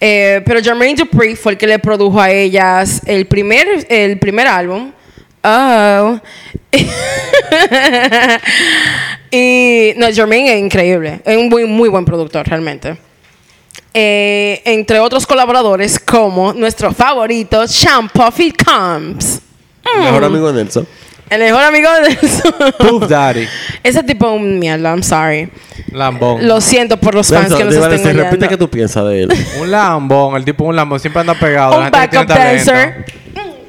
Eh, pero Jermaine Dupri fue el que le produjo a ellas el primer, el primer álbum. Oh. y no, Jermaine es increíble. Es un muy, muy buen productor, realmente. Eh, entre otros colaboradores como nuestro favorito, Sean Puffy Combs.
Mejor amigo de Nelson.
El mejor amigo de
Puff Daddy.
Ese tipo es un mierda, I'm sorry.
Oh.
Lambón.
Lo siento por los fans
Nelson,
que nos
te iba a
estén
decir, repite
oyendo.
qué tú piensas de él.
Un lambón. El tipo es un lambón. Siempre anda pegado.
Un
La gente
backup
tiene talento.
dancer.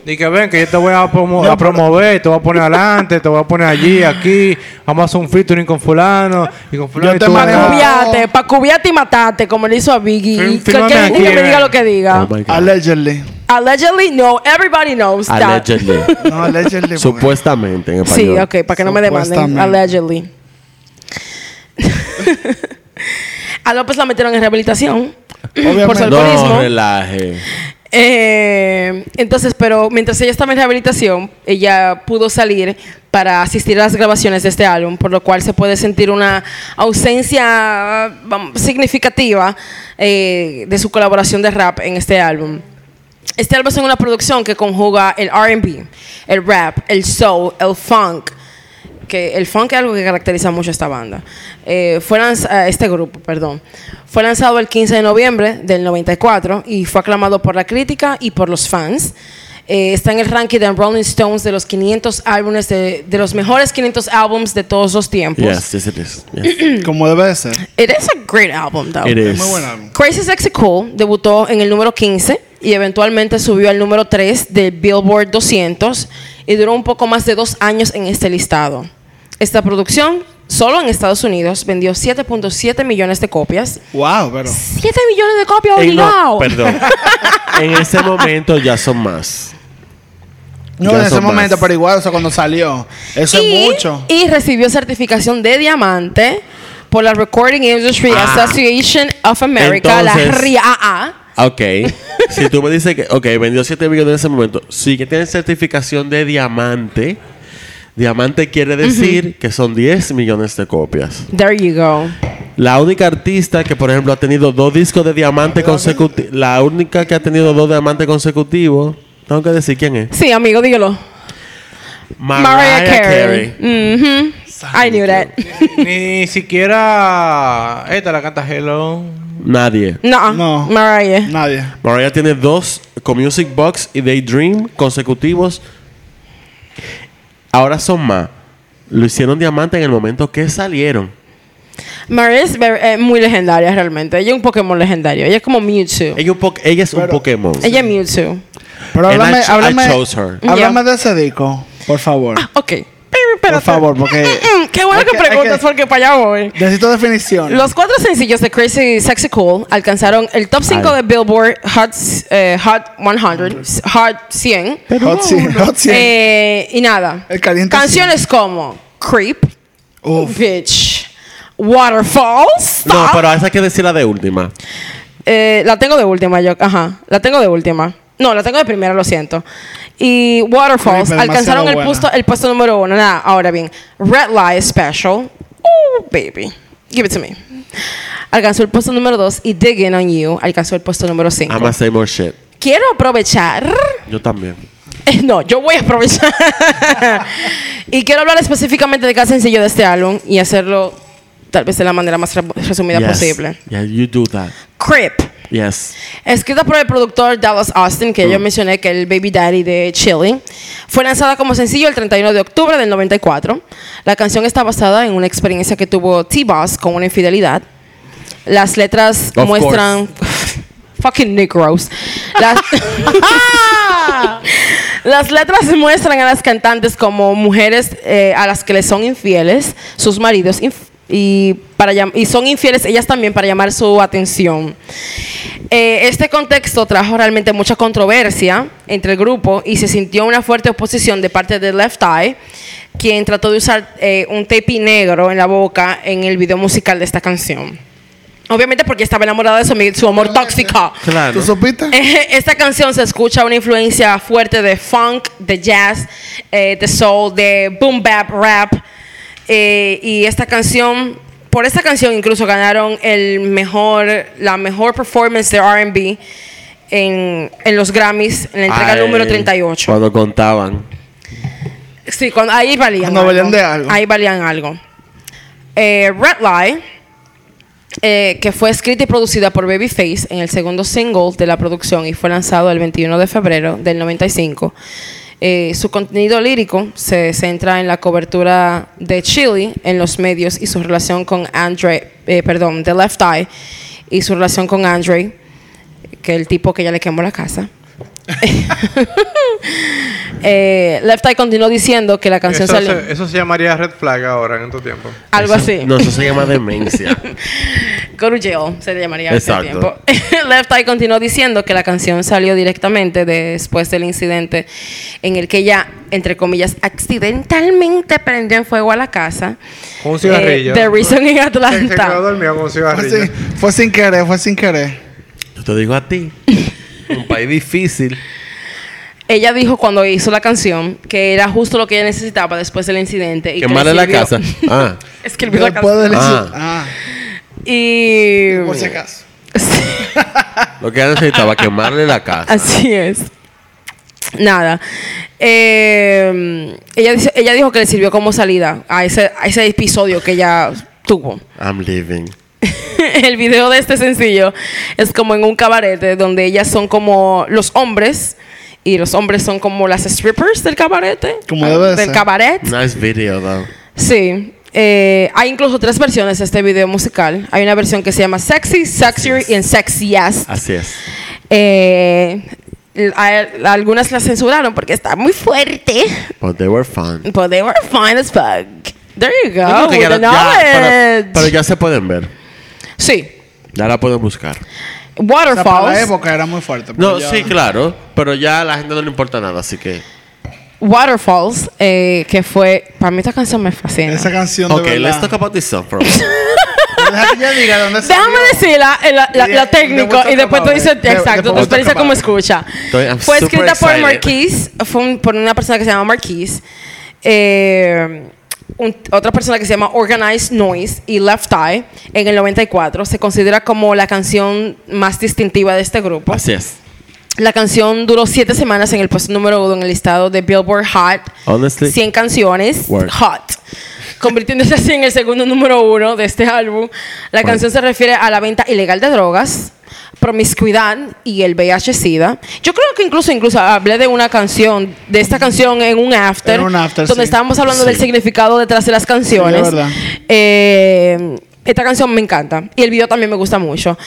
Y que ven, que yo te voy a, promo- a promover, te voy a poner adelante, te voy a poner allí, aquí. Vamos a hacer un featuring con fulano. Y con fulano
Yo
y
te
tú
manejo
acá.
bien.
Cubiate, pa' cubiate y matarte, como le hizo a Biggie.
Fí-
Y que,
fírmame
que-
aquí,
que me
eh.
diga lo que diga.
Oh my God.
Allegedly.
Allegedly, no. Everybody knows that.
Allegedly.
No, allegedly. porque-
Supuestamente en
Sí,
español.
ok, para que no me demanden.
Supuestamente.
Allegedly. a López la metieron en rehabilitación por su
Obviamente.
alcoholismo.
No, relaje.
Eh, entonces, pero mientras ella estaba en rehabilitación, ella pudo salir para asistir a las grabaciones de este álbum, por lo cual se puede sentir una ausencia vamos, significativa eh, de su colaboración de rap en este álbum. Este álbum es una producción que conjuga el RB, el rap, el soul, el funk. Que el funk es algo que caracteriza mucho a esta banda. Eh, fue lanz- a este grupo, perdón. Fue lanzado el 15 de noviembre del 94 y fue aclamado por la crítica y por los fans. Eh, está en el ranking de Rolling Stones de los 500 álbumes, de, de los mejores 500 álbumes de todos los tiempos.
Yes, yes it is. Yes.
Como debe de ser.
It is a great album, though.
It is.
Muy buen álbum.
Crazy Sexy Cool debutó en el número 15 y eventualmente subió al número 3 del Billboard 200 y duró un poco más de dos años en este listado. Esta producción, solo en Estados Unidos, vendió 7.7 millones de copias.
Wow, pero.
7 millones de copias,
En-
obligado.
no, perdón. en ese momento ya son más.
No,
Ya
en ese
son más.
momento, pero igual, o sea, cuando salió. Eso
y,
es mucho.
y recibió certificación de diamante por la Recording Industry
Ah.
Association of America, la
Entonces-
RIAA.
Ok. si tú me dices que, ok, vendió 7 millones en ese momento. Si que tiene certificación de diamante, diamante quiere decir que son 10 millones de copias.
There you go.
La única artista que, por ejemplo, ha tenido dos discos de diamante consecutivos, la única que ha tenido dos diamantes consecutivos, tengo que decir quién es.
Sí, amigo, dígalo. Mariah, Carey. Mhm. I knew that.
Ni siquiera esta la canta Hello.
Nadie.
No,
No.
Mariah.
Nadie.
Mariah tiene dos con Music Box y Daydream consecutivos. Ahora son más. Lo hicieron diamante en el momento que salieron.
Mariah es ver- eh, muy legendaria realmente. Ella es un Pokémon legendario. Ella es como Mewtwo.
Ella, un po- ella es un Pokémon.
Ella es Mewtwo.
Pero
And
háblame,
I cho- I
háblame,
chose her.
háblame de ese disco, por favor.
Ah, ok. Pero,
Por
espérate.
favor, porque
Mm, Qué bueno
Es
que,
que- es
preguntas
que-
porque para allá voy.
necesito definición.
Los cuatro sencillos de Crazy Sexy Cool alcanzaron el top 5
Ay.
de Billboard Hot, eh, Hot 100, Hot 100.
Hot 100, Hot 100.
Eh, y nada.
El caliente
Canciones como Creep,
Uf.
Bitch, Waterfalls.
No,
Stop.
pero esa hay que decir la de última.
Eh, la tengo de última, yo. Ajá. La tengo de última. No, la tengo de primera, lo siento. Y Waterfalls
Creep es
alcanzaron
demasiado
el
buena.
puesto, el puesto número uno. Nada, ahora bien. Red Light Special. Oh, baby. Give it to me. Alcanzó el puesto número dos y Digging on You alcanzó el puesto número cinco.
I'm a say more shit.
Quiero aprovechar.
Yo también.
Eh, No, yo voy a aprovechar. y quiero hablar específicamente de cada sencillo de este álbum y hacerlo tal vez de la manera más re- resumida
Yes.
posible.
Yeah, you do that.
Crip.
Yes.
Escrita por el productor Dallas Austin, que yo mencioné que es el baby daddy de Chilling, fue lanzada como sencillo el 31 de octubre del 94. La canción está basada en una experiencia que tuvo T-Boss con una infidelidad. Las letras
Of
muestran... Fucking Negroes. Las, Las letras muestran a las cantantes como mujeres eh, a las que les son infieles, sus maridos, inf- y, para llam- y son infieles ellas también para llamar su atención. Eh, este contexto trajo realmente mucha controversia entre el grupo y se sintió una fuerte oposición de parte de Left Eye, quien trató de usar eh, un tape negro en la boca en el video musical de esta canción. Obviamente porque estaba enamorada de su, ami- su amor tóxico.
Claro.
¿Tú supiste?
Eh, Esta canción se escucha una influencia fuerte de funk, de jazz, eh, de soul, de boom bap rap. Eh, y esta canción, por esta canción incluso ganaron el mejor, la mejor performance de RB en, en los Grammys, en la entrega
Ay,
número 38.
Cuando contaban.
Sí, cuando, ahí valían
Cuando valían de algo.
Ahí valían algo. Eh, Red Lie, eh, que fue escrita y producida por Babyface en el segundo single de la producción y fue lanzado el 21 de febrero del 95. Eh, su contenido lírico se centra en la cobertura de Chile en los medios y su relación con Andre, eh, perdón, The Left Eye y su relación con Andre, que es el tipo que ya le quemó la casa. Eh, Left Eye continuó diciendo que la canción
Eso
salió
se, eso se llamaría red flag ahora en estos tiempos.
algo
Eso-
así.
No, eso se llama demencia.
Go to jail, se le llamaría en ese
Exacto.
tiempo. Left Eye continuó diciendo que la canción salió directamente después del incidente en el que ella, entre comillas, accidentalmente prendió en fuego a la casa.
Con un cigarrillo.
Eh, The Reason en
Se, se quedó
Atlanta.
dormido con un
Fue
cigarrillo.
sin, fue sin querer, fue sin querer.
Yo te digo a ti. Un país difícil.
Ella dijo cuando hizo la canción que era justo lo que ella necesitaba después del incidente. Y que le
Quemarle la
sirvió.
casa. Ah.
Es que olvidó la
Después
canción.
del
Ah.
ah.
Y...
por si acaso.
Lo que ella necesitaba, quemarle la casa.
Así es. Nada. Eh, ella, dice- ella dijo que le sirvió como salida a ese, a ese episodio que ella tuvo.
I'm leaving.
El video de este sencillo es como en un cabarete donde ellas son como los hombres y los hombres son como las strippers del cabarete. Ah,
Como debe de
Del
ser.
cabaret.
Nice video, though.
Sí. Eh, hay incluso tres versiones de este video musical. Hay una versión que se llama Sexy, Sexier y en Sexy Ass.
Así es.
Eh, a- a algunas las censuraron porque está muy fuerte.
But they were fun.
But they were fine as fuck. There you go.
Yo creo que
with
ya
the
la- ya-
knowledge.
pero, pero ya se pueden ver.
Sí.
Ya la pueden buscar.
O sea, para la
Waterfalls.
época era muy fuerte. pero
No,
ya-
sí, claro. Pero ya a la gente no le importa nada, así que.
Waterfalls, eh, que fue. Para mí esta canción me fascina.
Esa canción
Ok,
de
let's
verdad.
talk about this song for a while.
Deja que ella diga dónde
Déjame
salió.
decir la, eh, la, la-
Y de-
la
y
técnico
de
y después tú
vuelta
dices,
acabado, eh. De-
exacto,
de
tú
vuelta
dices
acabado.
como escucha.
Estoy- I'm
Fue
super
escrita por
excited.
Marquise, fue un- por una persona que se llama Marquise, eh, un- otra persona que se llama Organized Noise y Left Eye en el 94. Se considera como la canción más distintiva de este grupo.
Así es.
La canción duró siete semanas en el puesto número uno en el listado de Billboard Hot.
Honestly,
100 canciones.
word.
Hot. Convirtiéndose así en el segundo número uno de este álbum. La
Word.
canción se refiere a la venta ilegal de drogas, promiscuidad y el VIH-Sida. Yo creo que incluso, incluso hablé de una canción, de esta canción en un after.
En un after,
donde
sí.
estábamos hablando
Sí.
del significado detrás de las canciones.
Sí, es verdad.
Eh, esta canción me encanta y el video también me gusta mucho.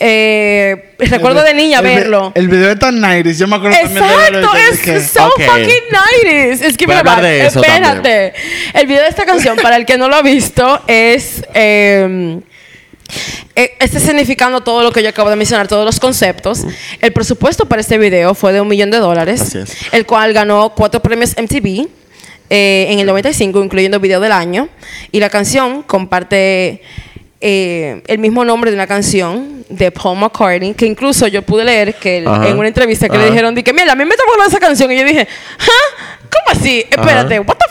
Eh, recuerdo de niña
El vi-
verlo.
El video es tan 90 Yo me acuerdo también de verlo. y
Exacto,
yo
es
dije,
so
Ok.
fucking 90s. Es que
Voy a
mira,
hablar de eso
espérate. El video de esta canción, para el que no lo ha visto, es. eh, eh, está significando todo lo que yo acabo de mencionar, todos los conceptos. El presupuesto para este video fue de un millón de dólares,
Así es.
el cual ganó cuatro premios MTV eh, en el 95, incluyendo Video del Año. Y la canción comparte eh, el mismo nombre de una canción de Paul McCartney, que incluso yo pude leer que él-
Ajá.
en una entrevista que le
Ajá.
dijeron, dije, mira, a mí me está poniendo esa canción. Y yo dije, ¿Ah? ¿cómo así? Espérate, what the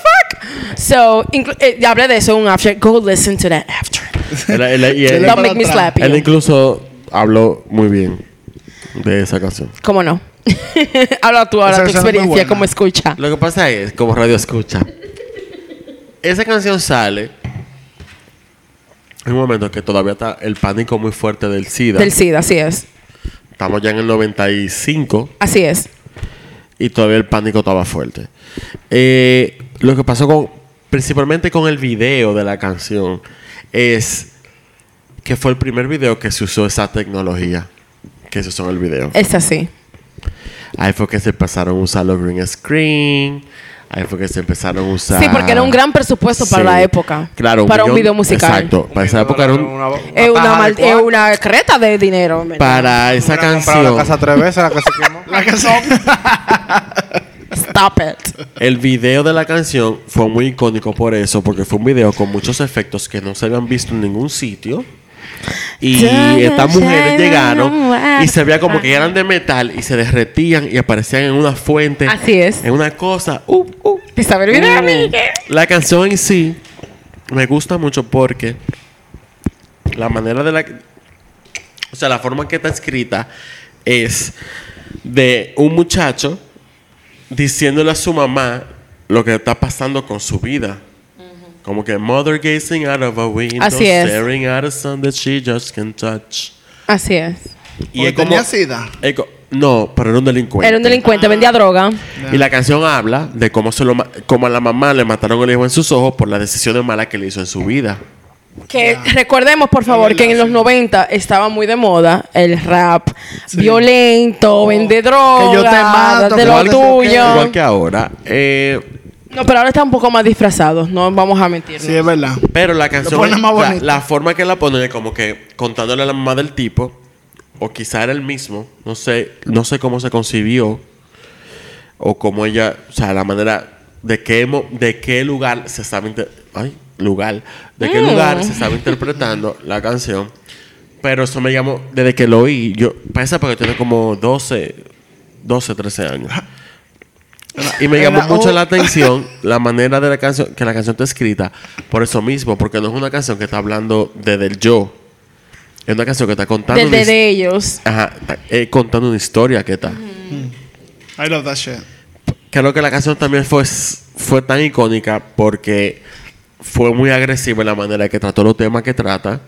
fuck? So, inclu- eh, ya hablé de eso en un after. Go listen to that after.
Él- él- y
Él
él-
Don't
para
make me
atrás.
slap you.
él incluso habló muy bien de esa canción.
¿Cómo no? Habla tú ahora tu
Esa canción es muy
experiencia,
buena.
cómo escucha.
Lo que pasa es, como radio escucha, esa canción sale en un momento que todavía está el pánico muy fuerte del SIDA.
Del SIDA, así es.
Estamos ya en el 95
Así es.
y todavía el pánico estaba fuerte. Eh, lo que pasó con, principalmente con el video de la canción, es que fue el primer video que se usó esa tecnología que se usó en el video.
Es así.
Ahí fue que se empezaron a usar los green screen. Ahí fue que se empezaron a usar.
Sí, porque era un gran presupuesto para la época.
Claro,
Para un
millón-
video musical.
Exacto. Para esa época era un.
Es una,
paja
mal-
de cuarto.
es una creta de dinero. en verdad.
Para esa
Hubiera comprado
canción,
La casa tres veces, la casa quemó.
La casa.
Stop it.
el video de la canción fue muy icónico por eso, porque fue un video con muchos efectos que no se habían visto en ningún sitio. Y estas mujeres llegaron y se veía como que eran de metal y se derretían y aparecían en una fuente.
Así es.
En una cosa. Uh, uh.
¿Te sabe el video,
Mm.
Eh.
amigue?
La canción en sí me gusta mucho porque la manera de la. O sea, la forma que está escrita es de un muchacho diciéndole a su mamá lo que está pasando con su vida. Como que mother gazing out of a window,
Así es.
staring at a sun that she just can't touch.
Así es.
Y es como.
tenía sida.
es co- no, pero era un delincuente.
Era un delincuente, vendía droga.
Y la canción habla de cómo, se lo ma- cómo a la mamá le mataron el hijo en sus ojos por las decisiones malas que le hizo en su vida.
Que recordemos, por favor, que en los 90 estaba muy de moda el rap violento, vende droga,
Oh. Que yo te mato,
de
que
lo
yo te-
tuyo.
Igual que ahora. eh,
No, pero ahora está un poco más disfrazado, no vamos a mentir.
Sí, es verdad.
pero la canción,
ponen más
o sea,
bonito.
la forma que la ponen es como que contándole a la mamá del tipo, o quizá era el mismo, no sé, no sé cómo se concibió, o cómo ella, o sea, la manera de qué, mo- de qué lugar se estaba, inter- ay, lugar, de
Mm.
qué lugar se estaba interpretando la canción. Pero eso me llamó, desde que lo oí, yo, pasa porque tenía como 12, 12, 13 años. Y me llamó
Era-
mucho
oh.
la atención la manera de la canción, que la canción está escrita, por eso mismo, porque no es una canción que está hablando desde el yo, es una canción que está contando,
Desde
una, his-
de ellos.
ajá, está, eh, contando una historia que está.
I love that shit.
Creo que la canción también fue, fue tan icónica porque fue muy agresiva en la manera que trató los temas que trata.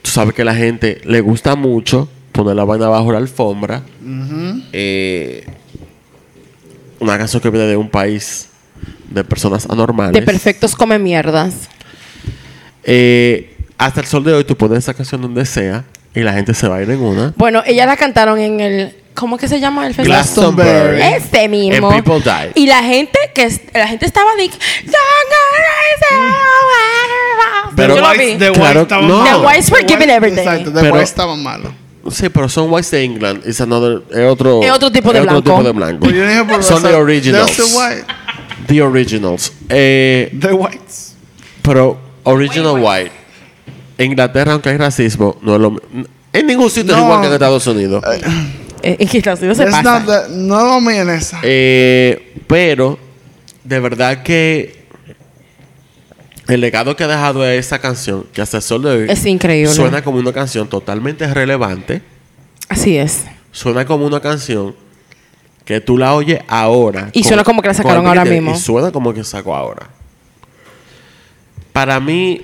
Tú sabes que la gente le gusta mucho poner la vaina bajo la alfombra. Eh, una canción que viene de un país de personas anormales.
De perfectos come mierdas.
Eh, hasta el sol de hoy tú pones esa canción donde sea y la gente se va a ir en una.
Bueno, ellas la cantaron en el. ¿Cómo que se llama el festival?
Glastonbury.
Este mismo.
And people die.
Y la gente que es- la gente estaba de
Pero-
Yo lo
Whites-
vi.
The
Claro,
Whites estaban
no.
malos.
The
Whites were
The
giving everything.
Exacto, The
Pero-
Whites estaban malos.
Sí, pero son Whites de England. It's another- es otro,
Es otro tipo de
es
blanco.
tipo de blanco.
Pero Pues yo dije por
son the
WhatsApp, That's
originals.
the White.
The originals. Eh,
The Whites.
pero original white. Inglaterra, aunque hay racismo, no es lo mi- En ningún sitio es
No.
igual que en Estados Unidos.
Eh, Es que Estados Unidos se
It's not
pasa.
that- no lo esa.
Eh, pero, de verdad que el legado que ha dejado esa canción, que hasta el sol de hoy
Es increíble.
suena como una canción totalmente relevante,
Así es.
suena como una canción que tú la oyes ahora.
Y suena como que la sacaron
con el
ahora
video,
mismo.
Y suena como que sacó ahora. Para mí,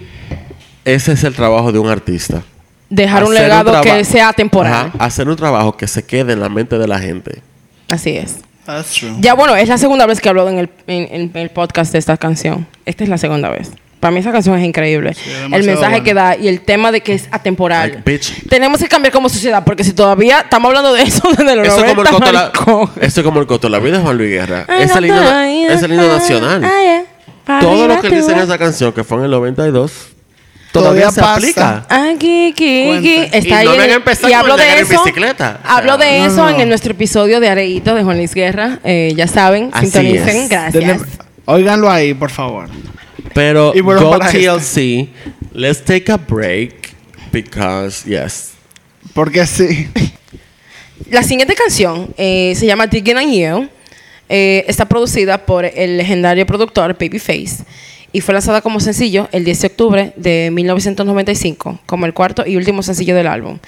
ese es el trabajo de un artista.
Dejar un
Hacer
legado que
traba-
sea temporal.
Ajá, hacer un trabajo que se quede en la mente de la gente.
Así es.
That's true.
Ya bueno, es la segunda vez que hablo en el, en- en el podcast de esta canción. Esta es la segunda vez. Para mí esa canción es increíble.
demasiado
el mensaje
buena.
que da y el tema de que es atemporal.
Like, bitch.
Tenemos que cambiar como sociedad porque si todavía estamos hablando de eso desde los
Eso es como el
90,
coto la,
maricón.
eso es como el coto la vida de Juan Luis Guerra. Es el himno, na- es el himno nacional. Todo lo que dicen en esa canción, que fue en el 92, todavía,
Todavía
se
pasa.
aplica.
Aquí, aquí, aquí.
Cuenta.
Y
Está
no
ahí
me
en-
han empezado
y
con
hablo
llegar
de
en
eso.
bicicleta. O sea,
Hablo de
no,
eso
no.
en nuestro episodio de Areíto de Juan Luis Guerra. Eh, ya saben,
Así
sintonicen.
es.
Gracias.
Tenem- Óiganlo ahí, por favor.
Pero
Y bueno,
go
para esta.
este.
TLC, let's take a break because yes.
Porque sí.
La siguiente canción eh, se llama Digging on You. Eh, está producida por el legendario productor Babyface y fue lanzada como sencillo el 10 de octubre de 1995, como el cuarto y último sencillo del álbum.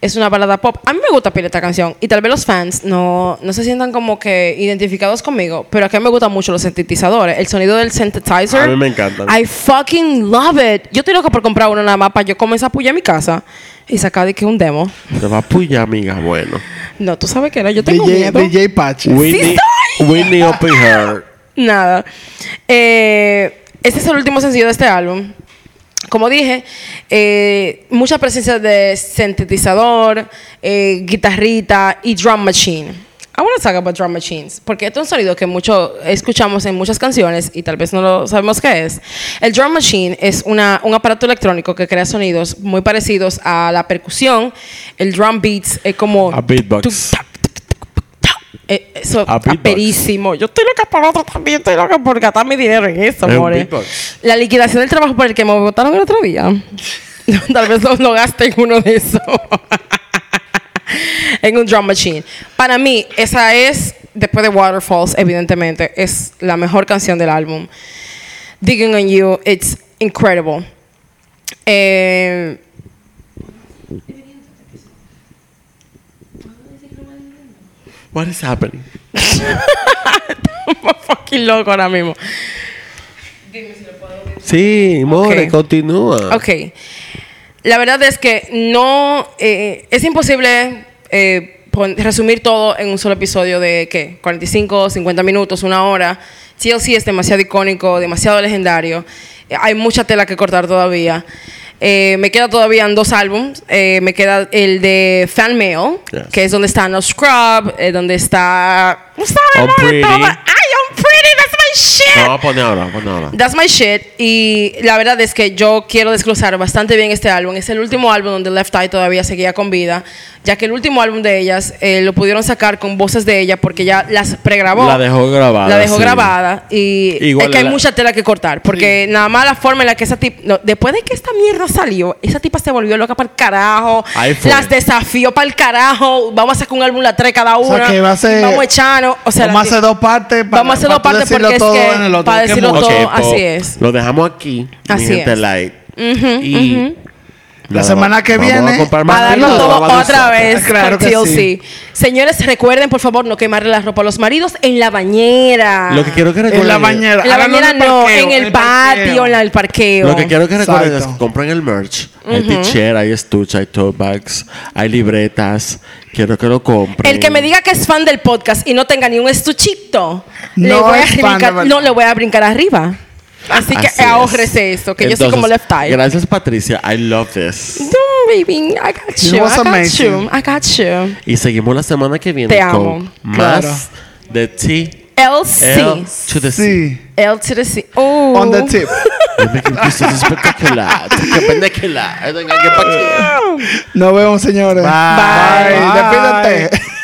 Es una balada pop. A mí me gusta pila esta canción y tal vez los fans no, no se sientan como que identificados conmigo, pero aquí me gustan mucho los sintetizadores, el sonido del synthesizer.
A mí me encantan.
I fucking love it. Yo estoy loca por comprar uno nada más para yo comenzar a pullar en mi casa y sacar de que un demo.
Te va a puya, amiga. Bueno.
No, tú sabes que era. Yo tengo
DJ,
miedo.
DJ Pachi.
Whitney, Whitney Open Heart.
Nada. Eh, este es el último sencillo de este álbum. Como dije, eh, mucha presencia de sintetizador, eh, guitarrita y drum machine. I want to talk about drum machines, porque este es un sonido que mucho escuchamos en muchas canciones y tal vez no lo sabemos qué es. El drum machine es una, un aparato electrónico que crea sonidos muy parecidos a la percusión. El drum beats es como...
A beatbox.
Eh, Eso,
A beatbox.
aperísimo. Yo estoy loca por otro también, estoy loca por gastar mi dinero en eso,
Es un
amores.
beatbox.
La liquidación del trabajo por el que me votaron el otro día. Tal vez lo, lo gaste en uno de esos. en un drum machine. Para mí, esa es, después de Waterfalls, evidentemente, es la mejor canción del álbum. Digging on You, it's incredible. Eh,
What is happening?
fucking loco ahora mismo.
Sí, more,
Ok.
continúa.
Ok. La verdad es que no. eh, es imposible eh, pon- resumir todo en un solo episodio de ¿qué? 45, 50 minutos, una hora. TLC es demasiado icónico, demasiado legendario. Eh, Hay mucha tela que cortar todavía. Eh, me queda todavía en dos álbumes. Eh, me queda el de Fan Mail,
Yes.
que es donde está No Scrub, eh, donde está. ¿Tú sabes,
I'm
amor,
Oh, Pretty. Oh,
todo? ¡Ay, I'm pretty! ¡That's my shit!
No, pone ahora, pone ahora.
That's my shit. Y la verdad es que yo quiero desglosar bastante bien este álbum. Es el último álbum donde Left Eye todavía seguía con vida, ya que el último álbum de ellas eh, lo pudieron sacar con voces de ella porque ya las pregrabó.
La dejó grabada,
La dejó
sí.
grabada. Y
Igual
es que hay
la-
mucha tela que cortar. Porque nada más la forma en la que esa tipa. no, después de que esta mierda salió, esa tipa se volvió loca para el carajo.
Ahí fue.
Las desafió para el carajo. Vamos a sacar un álbum la tres cada
sea,
una.
que va a ser-
Vamos a echarnos. O sea, la
Vamos a
ti-
hacer dos partes. para-
Vamos a hacer
para
dos
tú
partes
decirlo
porque es
todo
que
en el otro.
para
Qué
decirlo
mucho.
todo,
Ok, po-
así es.
Lo dejamos aquí,
Así
mi gente
es.
light.
Ujú,
y
La semana que
vamos
viene,
a comprar más
Para darlo
vino,
todo
vamos a
otra
disfrutar.
vez
Claro
con
que
TLC.
sí.
Señores, recuerden, por favor, no quemarle la ropa a los maridos en la bañera.
Lo que quiero que recuerden.
En la
es-
bañera.
En la
Ahora
bañera
en el
no,
parqueo,
en el patio, en la- el parqueo.
Lo que quiero que recuerden
Exacto.
es compren el merch. Hay t-shirt, hay estuche, hay tote bags, hay libretas. Quiero que lo compren.
El que me diga que es fan del podcast y no tenga ni un estuchito, le
No
voy a
es fan,
brincar-
de verdad.
no le voy a brincar arriba. Así, que
Así es.
ahórrese eso, que yo soy
Entonces,
como left eye.
Gracias, Patricia. I love this.
No, baby, I got you, I
was
got
amazing.
you, I got you.
Y seguimos la semana que viene
Te
con
amo.
más de T L
LC.
to the C.
Sí.
L to the C. Oh.
On the tip.
You're making pieces espectacular. Qué pendequila. Ay, venga, qué pa' aquí.
Nos vemos, señores.
Bye.
Bye. Despídete.